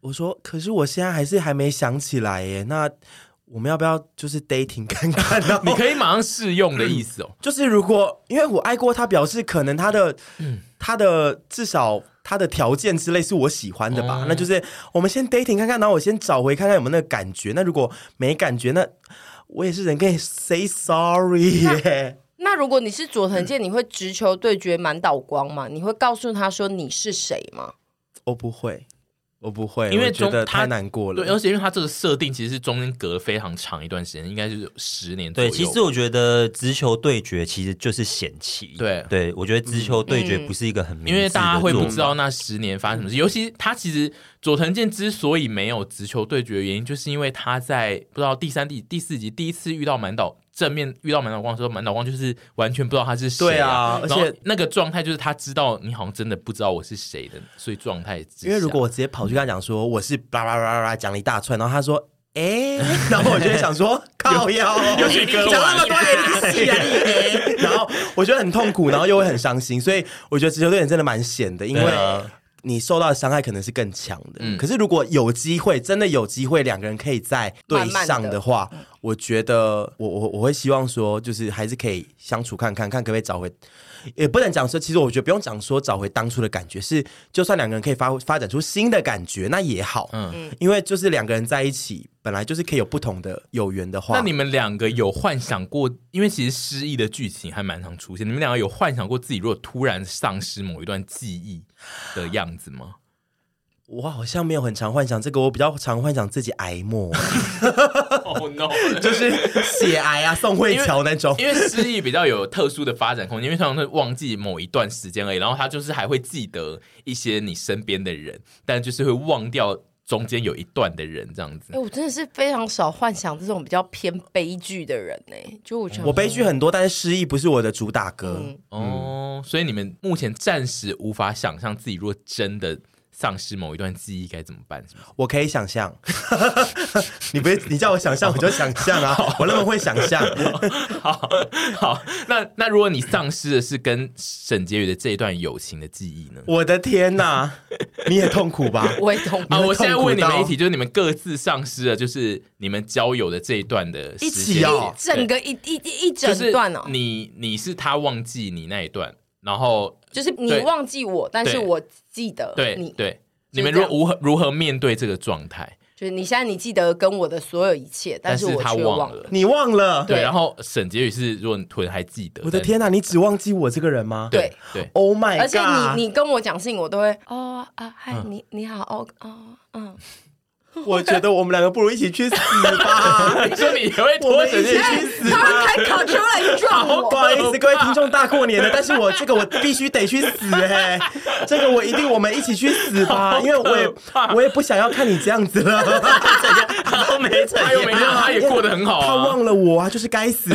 [SPEAKER 3] 我说，可是我现在还是还没想起来耶，那我们要不要就是 dating 看看呢？
[SPEAKER 2] 你可以马上试用的意思哦。
[SPEAKER 3] 就是如果因为我爱过他，表示可能他的、
[SPEAKER 2] 嗯
[SPEAKER 3] 他的至少他的条件之类是我喜欢的吧。
[SPEAKER 2] 哦
[SPEAKER 3] 那就是我们先 dating 看看，然后我先找回看看有没有那个感觉。那如果没感觉，那我也是人可以 say sorry 耶。
[SPEAKER 4] 那如果你是佐藤健，你会直球对决满岛光吗？你会告诉他说你是谁吗？
[SPEAKER 3] 我哦不会，我不会，
[SPEAKER 2] 因为
[SPEAKER 3] 我觉
[SPEAKER 2] 中
[SPEAKER 3] 得
[SPEAKER 2] 他
[SPEAKER 3] 太难 过
[SPEAKER 2] 对，而
[SPEAKER 3] 了。
[SPEAKER 2] 且因为它这个设定其实是中间隔了非常长一段时间，应该是十年左
[SPEAKER 5] 对，
[SPEAKER 2] 右。
[SPEAKER 5] 其实我觉得直球对决其实就是险棋。
[SPEAKER 2] 对
[SPEAKER 5] 对我觉得直球对决
[SPEAKER 4] 嗯
[SPEAKER 5] 不是一个很明
[SPEAKER 2] 因为
[SPEAKER 5] 智的
[SPEAKER 2] 大家会不
[SPEAKER 5] 做
[SPEAKER 2] 知
[SPEAKER 5] 法
[SPEAKER 2] 道那十年发生什么事，嗯尤其他其实佐藤健之所以没有直球对决的原因，就是因为他在不知道第三、第第四集第一次遇到满岛正面遇到满岛光的时候，满岛光就是完全不知道他是谁、
[SPEAKER 3] 对啊而
[SPEAKER 2] 然后
[SPEAKER 3] 且
[SPEAKER 2] 那个状态就是他知道你好像真的不知道我是谁的，所以状态之下
[SPEAKER 3] 因为如果我直接跑去跟他讲说我是巴拉巴拉巴拉讲了一大串，然后他说。哎、然后我就会 想说，靠腰，
[SPEAKER 2] 又去割
[SPEAKER 3] 讲
[SPEAKER 2] 腕
[SPEAKER 3] 那么多哎你是啊你哎 然后我觉得很痛苦，然后又会很伤心，所以我觉得直球对人真的蛮险的，因为
[SPEAKER 5] 对啊
[SPEAKER 3] 你受到的伤害可能是更强的。
[SPEAKER 2] 嗯
[SPEAKER 3] 可是如果有机会，真的有机会，两个人可以在对上的话，
[SPEAKER 2] 嗯
[SPEAKER 3] 我觉得我我我会希望说，就是还是可以相处看看，看可不可以找回。也不能讲说，其实我觉得不用讲说找回当初的感觉，是就算两个人可以发发展出新的感觉，那也好。嗯
[SPEAKER 2] 嗯，
[SPEAKER 3] 因为就是两个人在一起，本来就是可以有不同的有缘的话。
[SPEAKER 2] 那你们两个有幻想过？因为其实失忆的剧情还蛮常出现。你们两个有幻想过自己如果突然丧失某一段记忆的样子吗？
[SPEAKER 3] 我好像没有很常幻想这个，我比较常幻想自己癌末，
[SPEAKER 2] 哦 no！
[SPEAKER 3] 就是血癌啊，宋慧乔那种。
[SPEAKER 2] 因为失忆比较有特殊的发展空间，因为通常会忘记某一段时间而已，然后他就是还会记得一些你身边的人，但就是会忘掉中间有一段的人这样子
[SPEAKER 4] 哎、。我真的是非常少幻想这种比较偏悲剧的人呢、就我觉得
[SPEAKER 3] 我悲剧很多，但是失忆不是我的主打歌。
[SPEAKER 4] 嗯
[SPEAKER 2] 哦，所以你们目前暂时无法想象自己若真的丧失某一段记忆该怎么办，是吗？
[SPEAKER 3] 我可以想象， 你不是你叫我想象，我就想象啊，我那么会想象。
[SPEAKER 2] 好 好，那那如果你丧失的是跟沈婕妤的这一段友情的记忆呢？
[SPEAKER 3] 我的天哪、你也痛苦吧？
[SPEAKER 4] 我也 同
[SPEAKER 2] 啊，
[SPEAKER 3] 会
[SPEAKER 2] 我现在
[SPEAKER 3] 痛苦
[SPEAKER 2] 问你们
[SPEAKER 3] 到
[SPEAKER 2] 一题，就是你们各自丧失了，就是你们交友的这一段的
[SPEAKER 3] 一
[SPEAKER 2] 时
[SPEAKER 3] 起
[SPEAKER 2] 间
[SPEAKER 3] 哦
[SPEAKER 2] 点
[SPEAKER 4] 整个一一一一
[SPEAKER 2] 对
[SPEAKER 4] 整段哦
[SPEAKER 2] 就是，你你是他忘记你那一段，然后
[SPEAKER 4] 就是你
[SPEAKER 2] 对
[SPEAKER 4] 忘记我，但是
[SPEAKER 2] 对
[SPEAKER 4] 我记得
[SPEAKER 2] 对
[SPEAKER 4] 你，
[SPEAKER 2] 对，你
[SPEAKER 4] 就是
[SPEAKER 2] 们如
[SPEAKER 4] 这样
[SPEAKER 2] 何如何如何面对这个状态？
[SPEAKER 4] 就是你现在你记得跟我的所有一切，但
[SPEAKER 2] 但
[SPEAKER 4] 是我
[SPEAKER 2] 他
[SPEAKER 4] 却忘
[SPEAKER 2] 忘。了，
[SPEAKER 3] 你忘了？
[SPEAKER 2] 对，
[SPEAKER 4] 对
[SPEAKER 2] 然后沈婕妤是如果屯还记得，
[SPEAKER 3] 我的
[SPEAKER 2] 但
[SPEAKER 3] 天哪、你只忘记我这个人吗？
[SPEAKER 2] 对对。
[SPEAKER 3] ，Oh my god！
[SPEAKER 4] 而且你你跟我讲事情，我都会哦啊嗨你你好哦哦嗯，
[SPEAKER 3] 我觉得我们两个不如一起去死吧。
[SPEAKER 2] 你说你也会
[SPEAKER 3] 我
[SPEAKER 2] 拖
[SPEAKER 3] 们
[SPEAKER 2] 沈
[SPEAKER 3] 一
[SPEAKER 2] 婕妤
[SPEAKER 3] 起
[SPEAKER 2] 去
[SPEAKER 3] 去死
[SPEAKER 4] 他会开考出来撞
[SPEAKER 3] 不
[SPEAKER 4] 我，
[SPEAKER 3] 好意思，各位听众，大过年的，但是我这个我必须得去死哎、这个我一定我们一起去死吧，因为我也我也不想要看你这样子了。
[SPEAKER 5] 他都没成
[SPEAKER 2] 他又没有，他也过得很好
[SPEAKER 3] 他
[SPEAKER 2] 啊。
[SPEAKER 3] 忘了我啊，就是该死。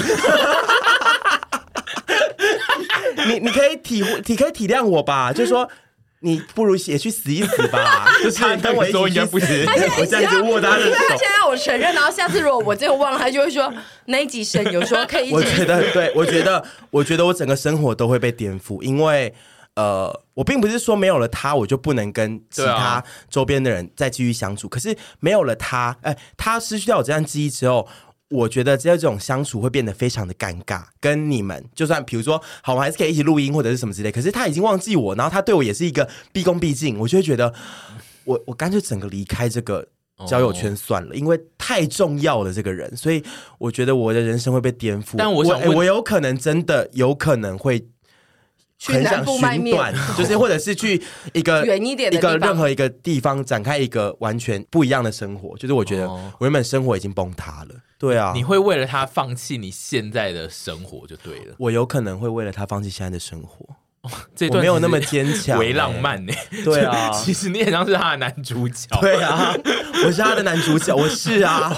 [SPEAKER 3] 你你可以体会，你可以体谅我吧，就是说。你不如也去死一死吧。
[SPEAKER 2] 就是
[SPEAKER 3] 他跟我
[SPEAKER 2] 那个
[SPEAKER 3] 一
[SPEAKER 2] 时候应
[SPEAKER 3] 起去
[SPEAKER 2] 该不
[SPEAKER 3] 死
[SPEAKER 2] 行，
[SPEAKER 3] 我这样子握他的
[SPEAKER 4] 因为他
[SPEAKER 3] 手
[SPEAKER 4] 现。在要我承认，然后下次如果我真的忘了，他就会说那一集神有说可以一
[SPEAKER 3] 我
[SPEAKER 4] 起
[SPEAKER 3] 觉得对，我觉得，我觉得我整个生活都会被颠覆，因为呃，我并不是说没有了他，我就不能跟其
[SPEAKER 2] 对
[SPEAKER 3] 他
[SPEAKER 2] 啊
[SPEAKER 3] 周边的人再继续相处。可是没有了他，哎、他失去掉我这段记忆之后。我觉得这种相处会变得非常的尴尬，跟你们就算比如说好，我们还是可以一起录音或者是什么之类，可是他已经忘记我，然后他对我也是一个毕恭毕敬，我就会觉得我我干脆整个离开这个交友
[SPEAKER 2] 哦
[SPEAKER 3] 圈算了，因为太重要了这个人，所以我觉得我的人生会被颠覆。
[SPEAKER 2] 但我想
[SPEAKER 3] 哎
[SPEAKER 2] 问
[SPEAKER 3] 我有可能真的有可能会
[SPEAKER 4] 去
[SPEAKER 3] 很
[SPEAKER 4] 南
[SPEAKER 3] 想
[SPEAKER 4] 部卖
[SPEAKER 3] 寻
[SPEAKER 4] 面。
[SPEAKER 3] 短， 就是或者是去一个
[SPEAKER 4] 远一点的
[SPEAKER 3] 一个
[SPEAKER 4] 地方
[SPEAKER 3] 任何一个地方展开一个完全不一样的生活。就是我觉得
[SPEAKER 2] 哦
[SPEAKER 3] 我原本生活已经崩塌了，对啊，
[SPEAKER 2] 你会为了他放弃你现在的生活就对了。
[SPEAKER 3] 我有可能会为了他放弃现在的生活，
[SPEAKER 2] 这
[SPEAKER 3] 我
[SPEAKER 2] 段
[SPEAKER 3] 没有那么
[SPEAKER 2] 其实
[SPEAKER 3] 坚强、
[SPEAKER 2] 为浪
[SPEAKER 3] 哎
[SPEAKER 2] 漫呢、
[SPEAKER 3] 对啊
[SPEAKER 2] 其实你也像是他的男主角。
[SPEAKER 3] 对 啊，我是他的男主角，我是 啊，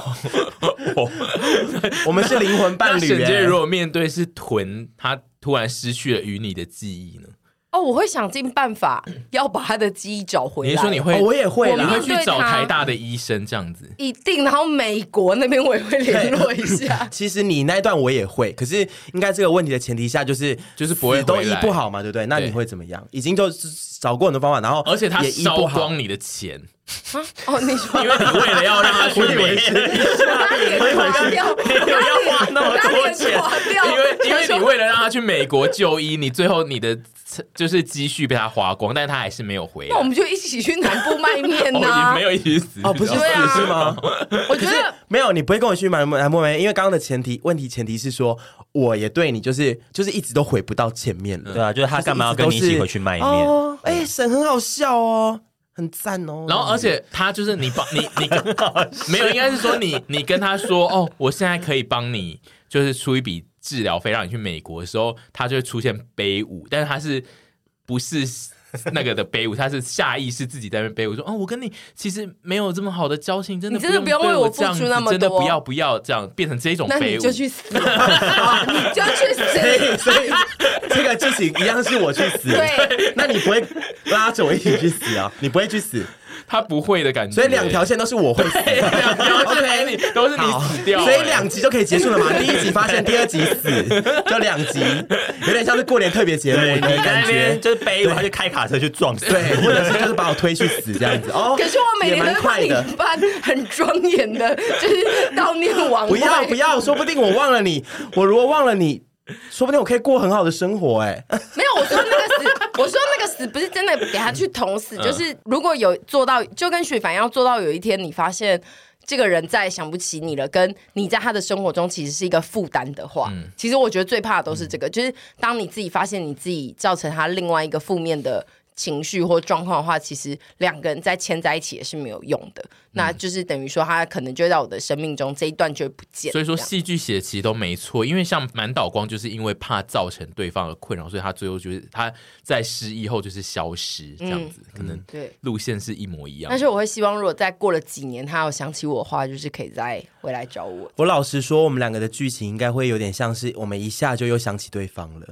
[SPEAKER 3] 我们是灵魂伴
[SPEAKER 2] 哦那
[SPEAKER 3] 侣、
[SPEAKER 2] 沈杰
[SPEAKER 3] 欸
[SPEAKER 2] 如。果面对是臀，他突然失去了与你的记忆呢？
[SPEAKER 4] 哦，我会想尽办法要把他的记忆找回来。
[SPEAKER 2] 你是说你会，
[SPEAKER 3] 哦我也会
[SPEAKER 2] 你
[SPEAKER 3] 啦。
[SPEAKER 2] 会去
[SPEAKER 4] 我面对
[SPEAKER 2] 找
[SPEAKER 4] 他
[SPEAKER 2] 台大的医生这样子？
[SPEAKER 4] 一定，然后美国那边我也会联络一下
[SPEAKER 3] 其实你那一段我也会，可是应该这个问题的前提下就是
[SPEAKER 2] 就是不会
[SPEAKER 3] 死都
[SPEAKER 2] 回
[SPEAKER 3] 医
[SPEAKER 2] 来
[SPEAKER 3] 不好嘛，对不对？那你
[SPEAKER 2] 对
[SPEAKER 3] 会怎么样？已经就是找过很多方法，然后
[SPEAKER 2] 而且他
[SPEAKER 3] 也医
[SPEAKER 2] 烧
[SPEAKER 3] 不好。
[SPEAKER 2] 光你的钱，
[SPEAKER 4] 哦，你说
[SPEAKER 2] 因为你为了要让 他去
[SPEAKER 3] 我以为
[SPEAKER 2] 美
[SPEAKER 3] 是
[SPEAKER 4] 把他脸刮掉，
[SPEAKER 3] 要花那么多钱
[SPEAKER 4] 把他脸刮
[SPEAKER 2] 因
[SPEAKER 4] 掉，
[SPEAKER 2] 为 因为
[SPEAKER 4] 想
[SPEAKER 2] 你
[SPEAKER 4] 说
[SPEAKER 2] 为了让他去美国就医，你最后你的 就是积蓄被他花光，但他还是没有回来。
[SPEAKER 4] 那我们就一起去南部卖面
[SPEAKER 2] 哦，
[SPEAKER 4] 呐、
[SPEAKER 2] 你没有一起死
[SPEAKER 3] 哦，不是
[SPEAKER 2] 知
[SPEAKER 3] 死
[SPEAKER 2] 道吗
[SPEAKER 4] 对啊
[SPEAKER 3] 是吗？
[SPEAKER 4] 我觉得
[SPEAKER 3] 没有，你不会跟我去买买莫梅，因为刚刚的前提问题前提是说，我也对你就是就是一直都回不到前面了。
[SPEAKER 5] 对啊，就是他干嘛要跟你一起回去卖面？
[SPEAKER 3] 哦，哎、沈很好笑哦，很赞哦。
[SPEAKER 2] 啊然后，而且他就是你帮你你没有，应该是说你你跟他说哦，我现在可以帮你，就是出一笔治疗费让你去美国的时候，他就会出现背舞，但是他是不是那个的背舞？他是下意识自己在那边背舞，说哦，我跟你其实没有这么好的交情，真的
[SPEAKER 4] 你真的
[SPEAKER 2] 不
[SPEAKER 4] 不用为
[SPEAKER 2] 对
[SPEAKER 4] 我
[SPEAKER 2] 我
[SPEAKER 4] 付
[SPEAKER 2] 这样
[SPEAKER 4] 出
[SPEAKER 2] 子
[SPEAKER 4] 那么
[SPEAKER 2] 真的
[SPEAKER 4] 多
[SPEAKER 2] 不要不要这样变成这种
[SPEAKER 4] 那
[SPEAKER 2] 背
[SPEAKER 4] 你
[SPEAKER 2] 舞，
[SPEAKER 4] 就去死， 你就 去
[SPEAKER 3] 所
[SPEAKER 4] 死。
[SPEAKER 3] 以 所以这个剧情一样是我去死，
[SPEAKER 4] 对，
[SPEAKER 3] 那你不会拉着我一起去死啊？你不会去死，
[SPEAKER 2] 他不会的感觉，
[SPEAKER 3] 所以两条线都是我会死。
[SPEAKER 2] 两条线你都是你
[SPEAKER 3] 好
[SPEAKER 2] 死掉，
[SPEAKER 3] 所
[SPEAKER 5] 欸
[SPEAKER 3] 以
[SPEAKER 2] 哎
[SPEAKER 3] 两集就可以结束 了嘛？第一集发现，第二集死，就两集，有点像是过年特别节目
[SPEAKER 5] 对，
[SPEAKER 3] 的
[SPEAKER 5] 你在
[SPEAKER 3] 感
[SPEAKER 5] 那
[SPEAKER 3] 觉
[SPEAKER 5] 边。就是背，他就开卡车去撞死。
[SPEAKER 3] 对，或者是就是把我推去死这样子哦。
[SPEAKER 4] 可是我每
[SPEAKER 3] 也
[SPEAKER 4] 年
[SPEAKER 3] 蛮
[SPEAKER 4] 都
[SPEAKER 3] 快
[SPEAKER 4] 会
[SPEAKER 3] 的
[SPEAKER 4] 帮，你办很庄严的，就是悼念晚会。
[SPEAKER 3] 不要不，要，说不定我忘了你，我如果忘了你，说不定我可以过很好的生活哎、
[SPEAKER 4] 没有，我说那个死，我说那个死不是真的给他去捅
[SPEAKER 2] 嗯
[SPEAKER 4] 死，就是如果有做到，就跟许凡要做到，有一天你发现。这个人再也想不起你了，跟你在他的生活中其实是一个负担的话，
[SPEAKER 2] 嗯
[SPEAKER 4] 其实我觉得最怕的都是这个，就是当你自己发现你自己造成他另外一个负面的情绪或状况的话，其实两个人再牵在一起也是没有用的，那
[SPEAKER 2] 嗯
[SPEAKER 4] 就是等于说他可能就会在我的生命中这一段就会不见。
[SPEAKER 2] 所以说
[SPEAKER 4] 这样
[SPEAKER 2] 戏剧写其实都没错，因为像满岛光就是因为怕造成对方的困扰，所以他最后就是他在失忆后就是消失这样子，可能
[SPEAKER 4] 对，
[SPEAKER 2] 路线是一模一样
[SPEAKER 4] 嗯但。是我会希望，如果再过了几年，他有想起我的话，就是可以再回来找我。
[SPEAKER 3] 我老实说，我们两个的剧情应该会有点像是我们一下就又想起对方了。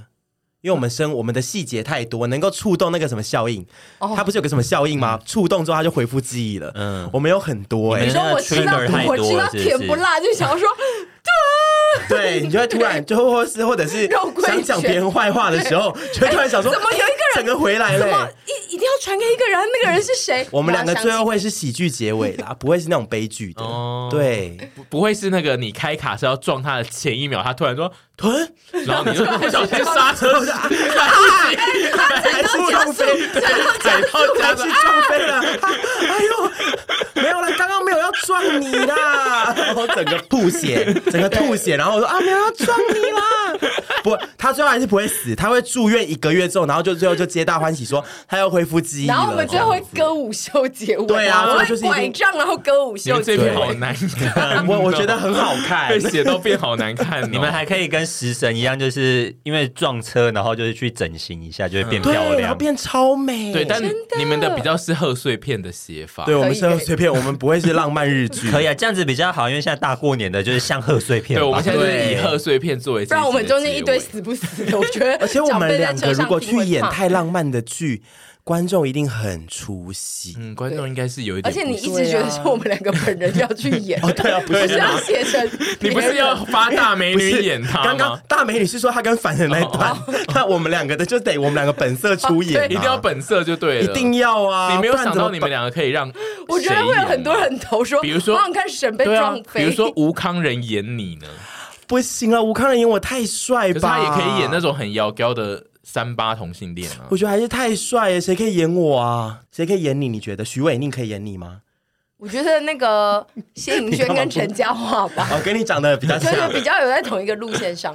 [SPEAKER 3] 因为我们生我们的细节太多，能够触动那个什么效应，
[SPEAKER 4] 哦嗯
[SPEAKER 3] 它不是有个什么效应吗？触动之后它就恢复记忆了。嗯
[SPEAKER 5] 嗯，
[SPEAKER 3] 我们有很多哎、
[SPEAKER 5] 你
[SPEAKER 4] 你
[SPEAKER 5] 们
[SPEAKER 4] 说我吃到
[SPEAKER 5] 那个 trigger
[SPEAKER 4] 我吃到
[SPEAKER 5] 太多了
[SPEAKER 4] 甜不辣，就想要说，
[SPEAKER 3] 对你就会突然就或是或者是
[SPEAKER 4] 肉桂
[SPEAKER 3] 想
[SPEAKER 4] 卷
[SPEAKER 3] 讲别人坏话的时候，就会突然想说
[SPEAKER 4] 怎么有一个人
[SPEAKER 3] 整个回来了
[SPEAKER 4] 怎
[SPEAKER 3] 欸、
[SPEAKER 4] 么一一定要传给一个人？那个人是谁？
[SPEAKER 3] 我们两个
[SPEAKER 4] 马上
[SPEAKER 3] 最后会是喜剧结尾啦，不会是那种悲剧的。
[SPEAKER 2] 哦
[SPEAKER 3] 对，
[SPEAKER 2] 不不会是那个你开卡车要撞他的前一秒，他突然说
[SPEAKER 3] 臀
[SPEAKER 2] 然后你就 不小心刹车，
[SPEAKER 3] 还是撞飞，
[SPEAKER 2] 踩到
[SPEAKER 3] 还
[SPEAKER 2] 家
[SPEAKER 3] 是
[SPEAKER 2] 的。
[SPEAKER 3] 撞飞了。哎呦，没有啦，刚刚没有要撞你啦，然后整个吐血，整个吐血，然后我说啊，没有要撞你啦。不，他最后还是不会死，他会住院一个月之后，然后就最后就皆大欢喜说他要恢复记忆了。
[SPEAKER 4] 然后我们最后会
[SPEAKER 3] 这样子
[SPEAKER 4] 歌舞秀结尾，
[SPEAKER 3] 对啊
[SPEAKER 4] 我
[SPEAKER 3] 这就
[SPEAKER 4] 会
[SPEAKER 3] 是一定
[SPEAKER 4] 拐杖，然后歌舞
[SPEAKER 2] 你
[SPEAKER 4] 秀
[SPEAKER 2] 们
[SPEAKER 4] 结
[SPEAKER 2] 这篇
[SPEAKER 4] 尾。
[SPEAKER 2] 好难看，
[SPEAKER 3] 我我觉得很好看
[SPEAKER 2] 被。写到变好难 看哦。
[SPEAKER 5] 你们还可以跟食神一样，就是因为撞车，然后就是去整形一下，就会变漂
[SPEAKER 3] 对，然后
[SPEAKER 5] 亮。
[SPEAKER 3] 变超美。
[SPEAKER 2] 对，但你们的比较是贺岁片的写法。
[SPEAKER 3] 对我们是
[SPEAKER 4] 可以
[SPEAKER 3] 随便，我们不会是浪漫日剧。
[SPEAKER 5] 可以啊，这样子比较好，因为现在大过年的，就是像贺岁片吧。
[SPEAKER 2] 对，我们现在就是
[SPEAKER 3] 对
[SPEAKER 2] 以贺岁片作为这一集的结尾。
[SPEAKER 4] 不然我们中间一堆对死不死的，我觉得。
[SPEAKER 3] 而且我
[SPEAKER 4] 长
[SPEAKER 3] 们
[SPEAKER 4] 辈在
[SPEAKER 3] 两
[SPEAKER 4] 车
[SPEAKER 3] 个如
[SPEAKER 4] 上
[SPEAKER 3] 果
[SPEAKER 4] 听
[SPEAKER 3] 去
[SPEAKER 4] 会
[SPEAKER 3] 演
[SPEAKER 4] 怕
[SPEAKER 3] 太浪漫的剧，观众一定很出戏。
[SPEAKER 2] 嗯，观众应该是有一
[SPEAKER 4] 而
[SPEAKER 2] 点不
[SPEAKER 4] 且
[SPEAKER 2] 爽，
[SPEAKER 4] 你一直觉得是我们两个本人要去演，
[SPEAKER 3] 啊对啊，
[SPEAKER 4] 不是要写成
[SPEAKER 2] 你不是要发大美
[SPEAKER 3] 不是
[SPEAKER 2] 女演她
[SPEAKER 3] 刚刚
[SPEAKER 2] 吗？哦
[SPEAKER 3] 大美女是说她跟凡人那一段， 那我们两个的就得我们两个本色出演啊，
[SPEAKER 4] 哦
[SPEAKER 2] 一定要本色就对了，
[SPEAKER 3] 一定要啊！
[SPEAKER 2] 你没有
[SPEAKER 3] 不然
[SPEAKER 2] 想
[SPEAKER 3] 怎么
[SPEAKER 2] 到你们
[SPEAKER 3] 办
[SPEAKER 2] 两个可以让，
[SPEAKER 4] 我觉得会
[SPEAKER 3] 啊
[SPEAKER 4] 有很多。人投说，
[SPEAKER 2] 比如说
[SPEAKER 4] 我想看沈被
[SPEAKER 2] 对啊
[SPEAKER 4] 撞，飞，
[SPEAKER 2] 比如说吴康仁演你呢，
[SPEAKER 3] 不行啊！吴康仁演我太帅
[SPEAKER 2] 可是他
[SPEAKER 3] 吧，
[SPEAKER 2] 也可以演那。种很妖娇的三八同性恋啊
[SPEAKER 3] 我。觉得还是太帅耶，谁可以演我啊？谁可以演你？你觉得徐伟宁可以演 你吗？
[SPEAKER 4] 我觉得那 个谢颖轩跟陈嘉桦吧，
[SPEAKER 3] 哦，跟你长得比较
[SPEAKER 4] 就是
[SPEAKER 3] 像，
[SPEAKER 4] 比较有在同一个路线上。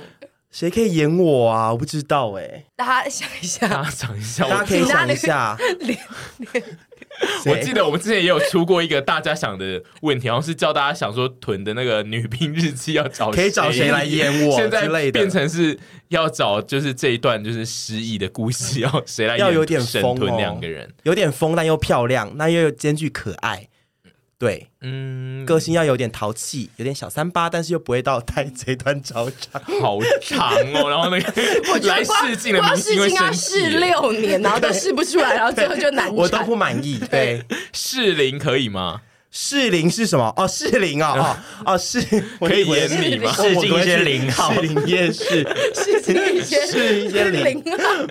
[SPEAKER 3] 谁可以演我啊？我不知道哎，
[SPEAKER 4] 大家想一
[SPEAKER 2] 大
[SPEAKER 4] 下，
[SPEAKER 2] 家想一下，
[SPEAKER 3] 大家
[SPEAKER 2] 我
[SPEAKER 3] 可以想一 下，
[SPEAKER 2] 我
[SPEAKER 3] 谁
[SPEAKER 2] 记得我们之前也有出过一个大家想的问题，好像是叫大家想说囤的那个女兵日记要找
[SPEAKER 3] 可以找谁来演 我
[SPEAKER 2] 现在
[SPEAKER 3] 之类的
[SPEAKER 2] 变成是要找就是这一段就是失忆的故事，要谁来演
[SPEAKER 3] 要有点
[SPEAKER 2] 沈
[SPEAKER 3] 疯
[SPEAKER 2] 屯
[SPEAKER 3] 哦
[SPEAKER 2] 两个人，
[SPEAKER 3] 有点疯但又漂亮，那又有兼具可爱，对。
[SPEAKER 2] 嗯，
[SPEAKER 3] 个性要有点淘气，有点小三八，但是又不会到
[SPEAKER 2] 嗯
[SPEAKER 3] 太贼端招 长。
[SPEAKER 2] 好长哦，然后 那个来试镜的
[SPEAKER 4] 光
[SPEAKER 2] 明
[SPEAKER 4] 试
[SPEAKER 2] 星会
[SPEAKER 4] 镜
[SPEAKER 2] 生
[SPEAKER 4] 要
[SPEAKER 2] 气
[SPEAKER 4] 试
[SPEAKER 2] 耶，
[SPEAKER 4] 六年，然后都试不出来，然后最后就难
[SPEAKER 3] 我都
[SPEAKER 4] 产
[SPEAKER 3] 不。满意。对，
[SPEAKER 2] 适龄可以吗？
[SPEAKER 3] 适龄是什么？哦，适龄哦 哦哦，适
[SPEAKER 2] 可以
[SPEAKER 3] 我以为哦
[SPEAKER 2] 演你吗？
[SPEAKER 5] 适
[SPEAKER 3] 我以为
[SPEAKER 5] 应一些
[SPEAKER 3] 是
[SPEAKER 5] 零 号
[SPEAKER 3] 适龄夜市，
[SPEAKER 4] 试镜一些
[SPEAKER 3] 试一些
[SPEAKER 4] 是
[SPEAKER 3] 零
[SPEAKER 4] 零啊，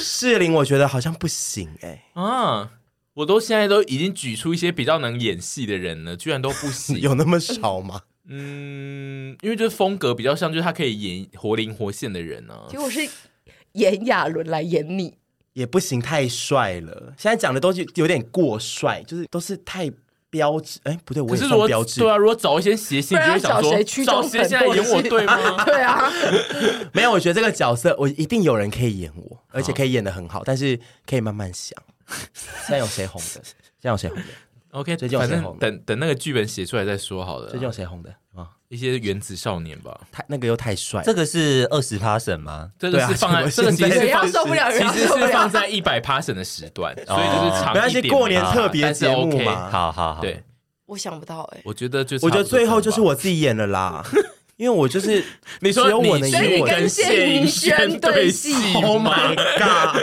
[SPEAKER 3] 适龄我觉得好像不行哎、
[SPEAKER 2] 啊，我都现在都已经举出一些比较能演戏的人了，居然都不行。
[SPEAKER 3] 有那么少吗？
[SPEAKER 2] 嗯，因为就是风格比较像，就是他可以演活灵活现的人啊。
[SPEAKER 4] 结果是炎亚纶来演你。
[SPEAKER 3] 也不行，太帅了。现在讲的都是有点过帅，就是都是太标志。哎、不对，我
[SPEAKER 2] 可
[SPEAKER 3] 也
[SPEAKER 2] 是如
[SPEAKER 3] 算
[SPEAKER 2] 果
[SPEAKER 3] 标志。
[SPEAKER 2] 对啊，如果找一些谐星，
[SPEAKER 4] 不
[SPEAKER 2] 你就
[SPEAKER 4] 然
[SPEAKER 2] 会想
[SPEAKER 4] 要找谁
[SPEAKER 2] 说
[SPEAKER 4] 去
[SPEAKER 2] 找
[SPEAKER 4] 中
[SPEAKER 2] 谁
[SPEAKER 4] 粉
[SPEAKER 2] 现在
[SPEAKER 4] 或者
[SPEAKER 2] 演我
[SPEAKER 4] 是
[SPEAKER 2] 对 吗？
[SPEAKER 4] 对啊，
[SPEAKER 3] 没有，我觉得这个角色我一定有人可以演我，而且可以演的很好，但是可以慢慢想。现在有谁红 的？现在有谁红
[SPEAKER 4] 啊
[SPEAKER 3] 的？
[SPEAKER 2] OK，
[SPEAKER 3] 最近有
[SPEAKER 2] 反
[SPEAKER 3] 谁红
[SPEAKER 2] 正
[SPEAKER 3] 的
[SPEAKER 2] 等等那个剧本写出来再说好了
[SPEAKER 3] 最近有
[SPEAKER 2] 啊。
[SPEAKER 3] 谁红的啊？
[SPEAKER 2] 一些原子少年吧，
[SPEAKER 3] 太那个又太帅，
[SPEAKER 5] 这个是二十 p a s 吗？
[SPEAKER 2] 这个
[SPEAKER 3] 对啊
[SPEAKER 2] 是放在这个
[SPEAKER 3] 结果
[SPEAKER 2] 其实
[SPEAKER 3] 现
[SPEAKER 2] 是
[SPEAKER 3] 在
[SPEAKER 4] 人要
[SPEAKER 2] 放
[SPEAKER 4] 受不了，人
[SPEAKER 2] 其
[SPEAKER 4] 要
[SPEAKER 2] 实
[SPEAKER 4] 受不
[SPEAKER 2] 是放
[SPEAKER 4] 了。
[SPEAKER 2] 在一百 passion 的时段，所以就是
[SPEAKER 3] 哦没
[SPEAKER 2] 长
[SPEAKER 3] 关
[SPEAKER 2] 一
[SPEAKER 3] 系，
[SPEAKER 2] 点嘛。
[SPEAKER 3] 过年特别
[SPEAKER 2] 但是
[SPEAKER 3] 节目
[SPEAKER 2] OK，
[SPEAKER 3] 嘛。
[SPEAKER 5] 好好好，
[SPEAKER 2] 对，
[SPEAKER 4] 我想不到哎，
[SPEAKER 2] 我觉得就
[SPEAKER 3] 我觉得最后就是
[SPEAKER 2] 我。
[SPEAKER 3] 我自己演了 啦，因为我就是
[SPEAKER 2] 你说
[SPEAKER 3] 只有我能
[SPEAKER 2] 你
[SPEAKER 4] 所以
[SPEAKER 3] 演
[SPEAKER 4] 你
[SPEAKER 3] 我
[SPEAKER 4] 跟
[SPEAKER 2] 跟
[SPEAKER 4] 谢
[SPEAKER 2] 谢
[SPEAKER 4] 盈
[SPEAKER 2] 盈
[SPEAKER 4] 萱
[SPEAKER 2] 萱
[SPEAKER 4] 对
[SPEAKER 2] 对
[SPEAKER 4] 戏
[SPEAKER 2] 戏
[SPEAKER 3] Oh my god！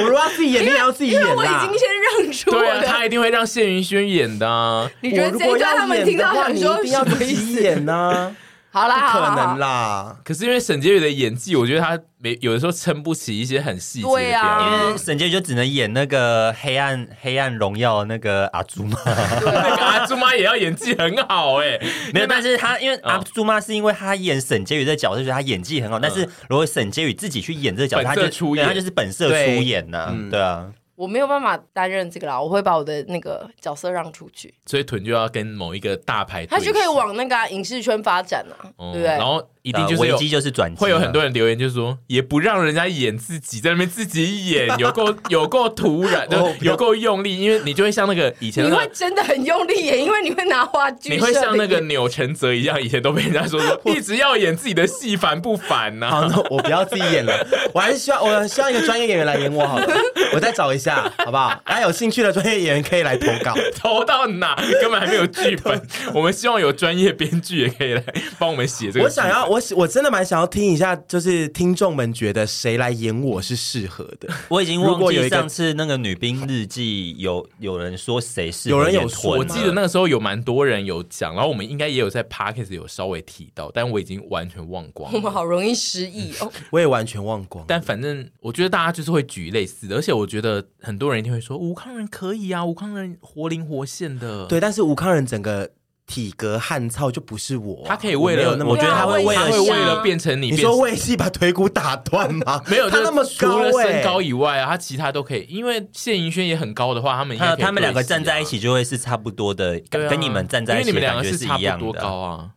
[SPEAKER 3] 我 如果要自己演，你也要自己
[SPEAKER 4] 因为
[SPEAKER 3] 演
[SPEAKER 4] 我已
[SPEAKER 3] 啦
[SPEAKER 4] 经。先让出我
[SPEAKER 2] 对啊，他
[SPEAKER 4] 的。
[SPEAKER 2] 一定会让谢云轩演的、啊。
[SPEAKER 4] 你觉
[SPEAKER 3] 我
[SPEAKER 4] 得
[SPEAKER 3] 如
[SPEAKER 4] 这一
[SPEAKER 3] 果
[SPEAKER 4] 段他
[SPEAKER 3] 要
[SPEAKER 4] 们
[SPEAKER 3] 演
[SPEAKER 4] 听
[SPEAKER 3] 的
[SPEAKER 4] 到
[SPEAKER 3] 话，
[SPEAKER 4] 想
[SPEAKER 3] 你一
[SPEAKER 4] 说
[SPEAKER 3] 定要
[SPEAKER 4] 什么
[SPEAKER 3] 自
[SPEAKER 4] 意思
[SPEAKER 3] 己演呐，
[SPEAKER 4] 好
[SPEAKER 3] 不
[SPEAKER 4] 啦，好
[SPEAKER 3] 可
[SPEAKER 4] 啦好
[SPEAKER 3] 能
[SPEAKER 4] 啦，
[SPEAKER 3] 啦。
[SPEAKER 2] 可是因为沈婕妤的演技，我觉得她没有的时候撑不起一些很细节的表
[SPEAKER 4] 对啊
[SPEAKER 2] 演。
[SPEAKER 5] 因为沈婕妤就只能演那个黑暗黑暗荣耀那个阿朱 嘛，
[SPEAKER 2] 那个啊阿朱妈也要演技很好哎、
[SPEAKER 5] 没有，但是她因为
[SPEAKER 2] 哦
[SPEAKER 5] 阿朱妈是因为她演沈婕妤这角色，所以她演技很好。但是如果沈婕妤自己去演这个角
[SPEAKER 2] 嗯
[SPEAKER 5] 色，
[SPEAKER 2] 本
[SPEAKER 5] 她
[SPEAKER 2] 色
[SPEAKER 5] 就
[SPEAKER 2] 出演嗯
[SPEAKER 5] 对她就是本色出演呐，对啊，
[SPEAKER 4] 我没有办法担任这个啦，我会把我的那个角色让出去，
[SPEAKER 2] 所以屯就要跟某一个大牌对
[SPEAKER 4] 他
[SPEAKER 2] 戏，
[SPEAKER 4] 就可以往那个啊影视圈发展啊，
[SPEAKER 2] 嗯
[SPEAKER 4] 对不对？
[SPEAKER 2] 然后一定
[SPEAKER 3] 啊
[SPEAKER 2] 就是
[SPEAKER 5] 呃
[SPEAKER 2] 有、
[SPEAKER 5] 危机就是转机，
[SPEAKER 2] 会有很多。人留言，就说也不让人家演自己，在那边自己演，有够有够突然，
[SPEAKER 3] 哦
[SPEAKER 2] 就有够用力，因为你就会像那个以前
[SPEAKER 4] 你
[SPEAKER 2] 那
[SPEAKER 4] 会
[SPEAKER 2] 个。
[SPEAKER 4] 真的很用力耶，因为你会拿话剧，
[SPEAKER 2] 你会像那个钮承泽一样，以前都被人家说说一直要演自己的戏，烦不烦 呐、
[SPEAKER 3] 好，那我不要自己演了，我还是需要，我需要一个专业演员来演我 好了。我再找一下，好不好？大家有兴趣的专业演员可以来投稿。
[SPEAKER 2] 投到哪根本还没有剧本。我们希望有专业编剧也可以来帮我们写这个。
[SPEAKER 3] 我想要，，我我真的蛮想要听一下，就是听众们觉得谁来演我是适合 的。
[SPEAKER 5] 我已经
[SPEAKER 3] 如
[SPEAKER 5] 忘
[SPEAKER 3] 果有一
[SPEAKER 5] 记
[SPEAKER 3] 个
[SPEAKER 5] 上次那个女兵日记有有人说谁是
[SPEAKER 3] 有人有说
[SPEAKER 5] 说，
[SPEAKER 2] 我记得那个时候有蛮多人有讲，然后我们应该也有在 podcast 有稍微提到，但我已经完全忘光
[SPEAKER 4] 我们
[SPEAKER 2] 了。
[SPEAKER 4] 好容易失忆哦。
[SPEAKER 3] 我也完全忘光。
[SPEAKER 2] 但反正我觉得大家就是会举类似的，而且我觉得很多人一定会说吴康仁可以啊，吴康仁活灵活现的，
[SPEAKER 3] 对，但是吴康仁整个体格汉操就不是我啊，
[SPEAKER 2] 他可以为了
[SPEAKER 3] 我没有那么欸
[SPEAKER 2] 我
[SPEAKER 5] 觉得他会为
[SPEAKER 2] 他
[SPEAKER 5] 了
[SPEAKER 2] 会为了
[SPEAKER 4] 啊
[SPEAKER 2] 变成你
[SPEAKER 3] 你
[SPEAKER 2] 变
[SPEAKER 3] 说为戏把腿骨打断吗？
[SPEAKER 2] 没有
[SPEAKER 3] 他
[SPEAKER 2] 就
[SPEAKER 3] 那么
[SPEAKER 2] 除了
[SPEAKER 3] 高欸
[SPEAKER 2] 身高以外啊，他其他都可以，因为谢盈萱也很高的话，他们应该
[SPEAKER 5] 他
[SPEAKER 2] 可以
[SPEAKER 5] 他们两个
[SPEAKER 2] 对戏啊
[SPEAKER 5] 站在一起就会是差不多的，
[SPEAKER 2] 对啊
[SPEAKER 5] 跟你们站在一
[SPEAKER 2] 因为
[SPEAKER 5] 起
[SPEAKER 2] 你们
[SPEAKER 5] 的
[SPEAKER 2] 两
[SPEAKER 5] 感
[SPEAKER 2] 个
[SPEAKER 5] 觉
[SPEAKER 2] 是差
[SPEAKER 5] 一样
[SPEAKER 2] 不多高
[SPEAKER 5] 的。啊
[SPEAKER 2] 啊，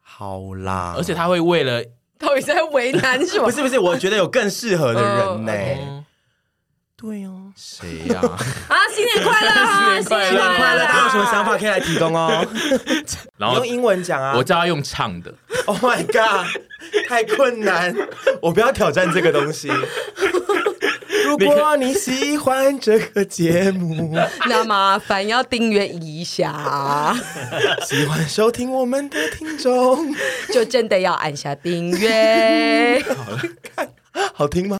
[SPEAKER 3] 好啦，
[SPEAKER 2] 而且他会为了
[SPEAKER 4] 到底在为难什么
[SPEAKER 3] 不？是不是，我觉得有更适合的 人呢、
[SPEAKER 5] 哎
[SPEAKER 2] 哦
[SPEAKER 3] 对哦，
[SPEAKER 2] 谁呀？
[SPEAKER 4] 啊，新年快乐啊！
[SPEAKER 2] 新年啊
[SPEAKER 3] 新年快乐！大家有什么想法可以来提供哦。
[SPEAKER 2] 然
[SPEAKER 3] 你
[SPEAKER 2] 后
[SPEAKER 3] 用英文讲啊。
[SPEAKER 2] 我叫他用唱的，
[SPEAKER 3] Oh my god，太困难，我不要挑战这个东西。如果你喜欢这个节目，
[SPEAKER 4] 那麻烦要订阅一下，啊
[SPEAKER 3] 喜欢收听我们的听众，
[SPEAKER 4] 就真的要按下订阅。
[SPEAKER 3] 好听吗？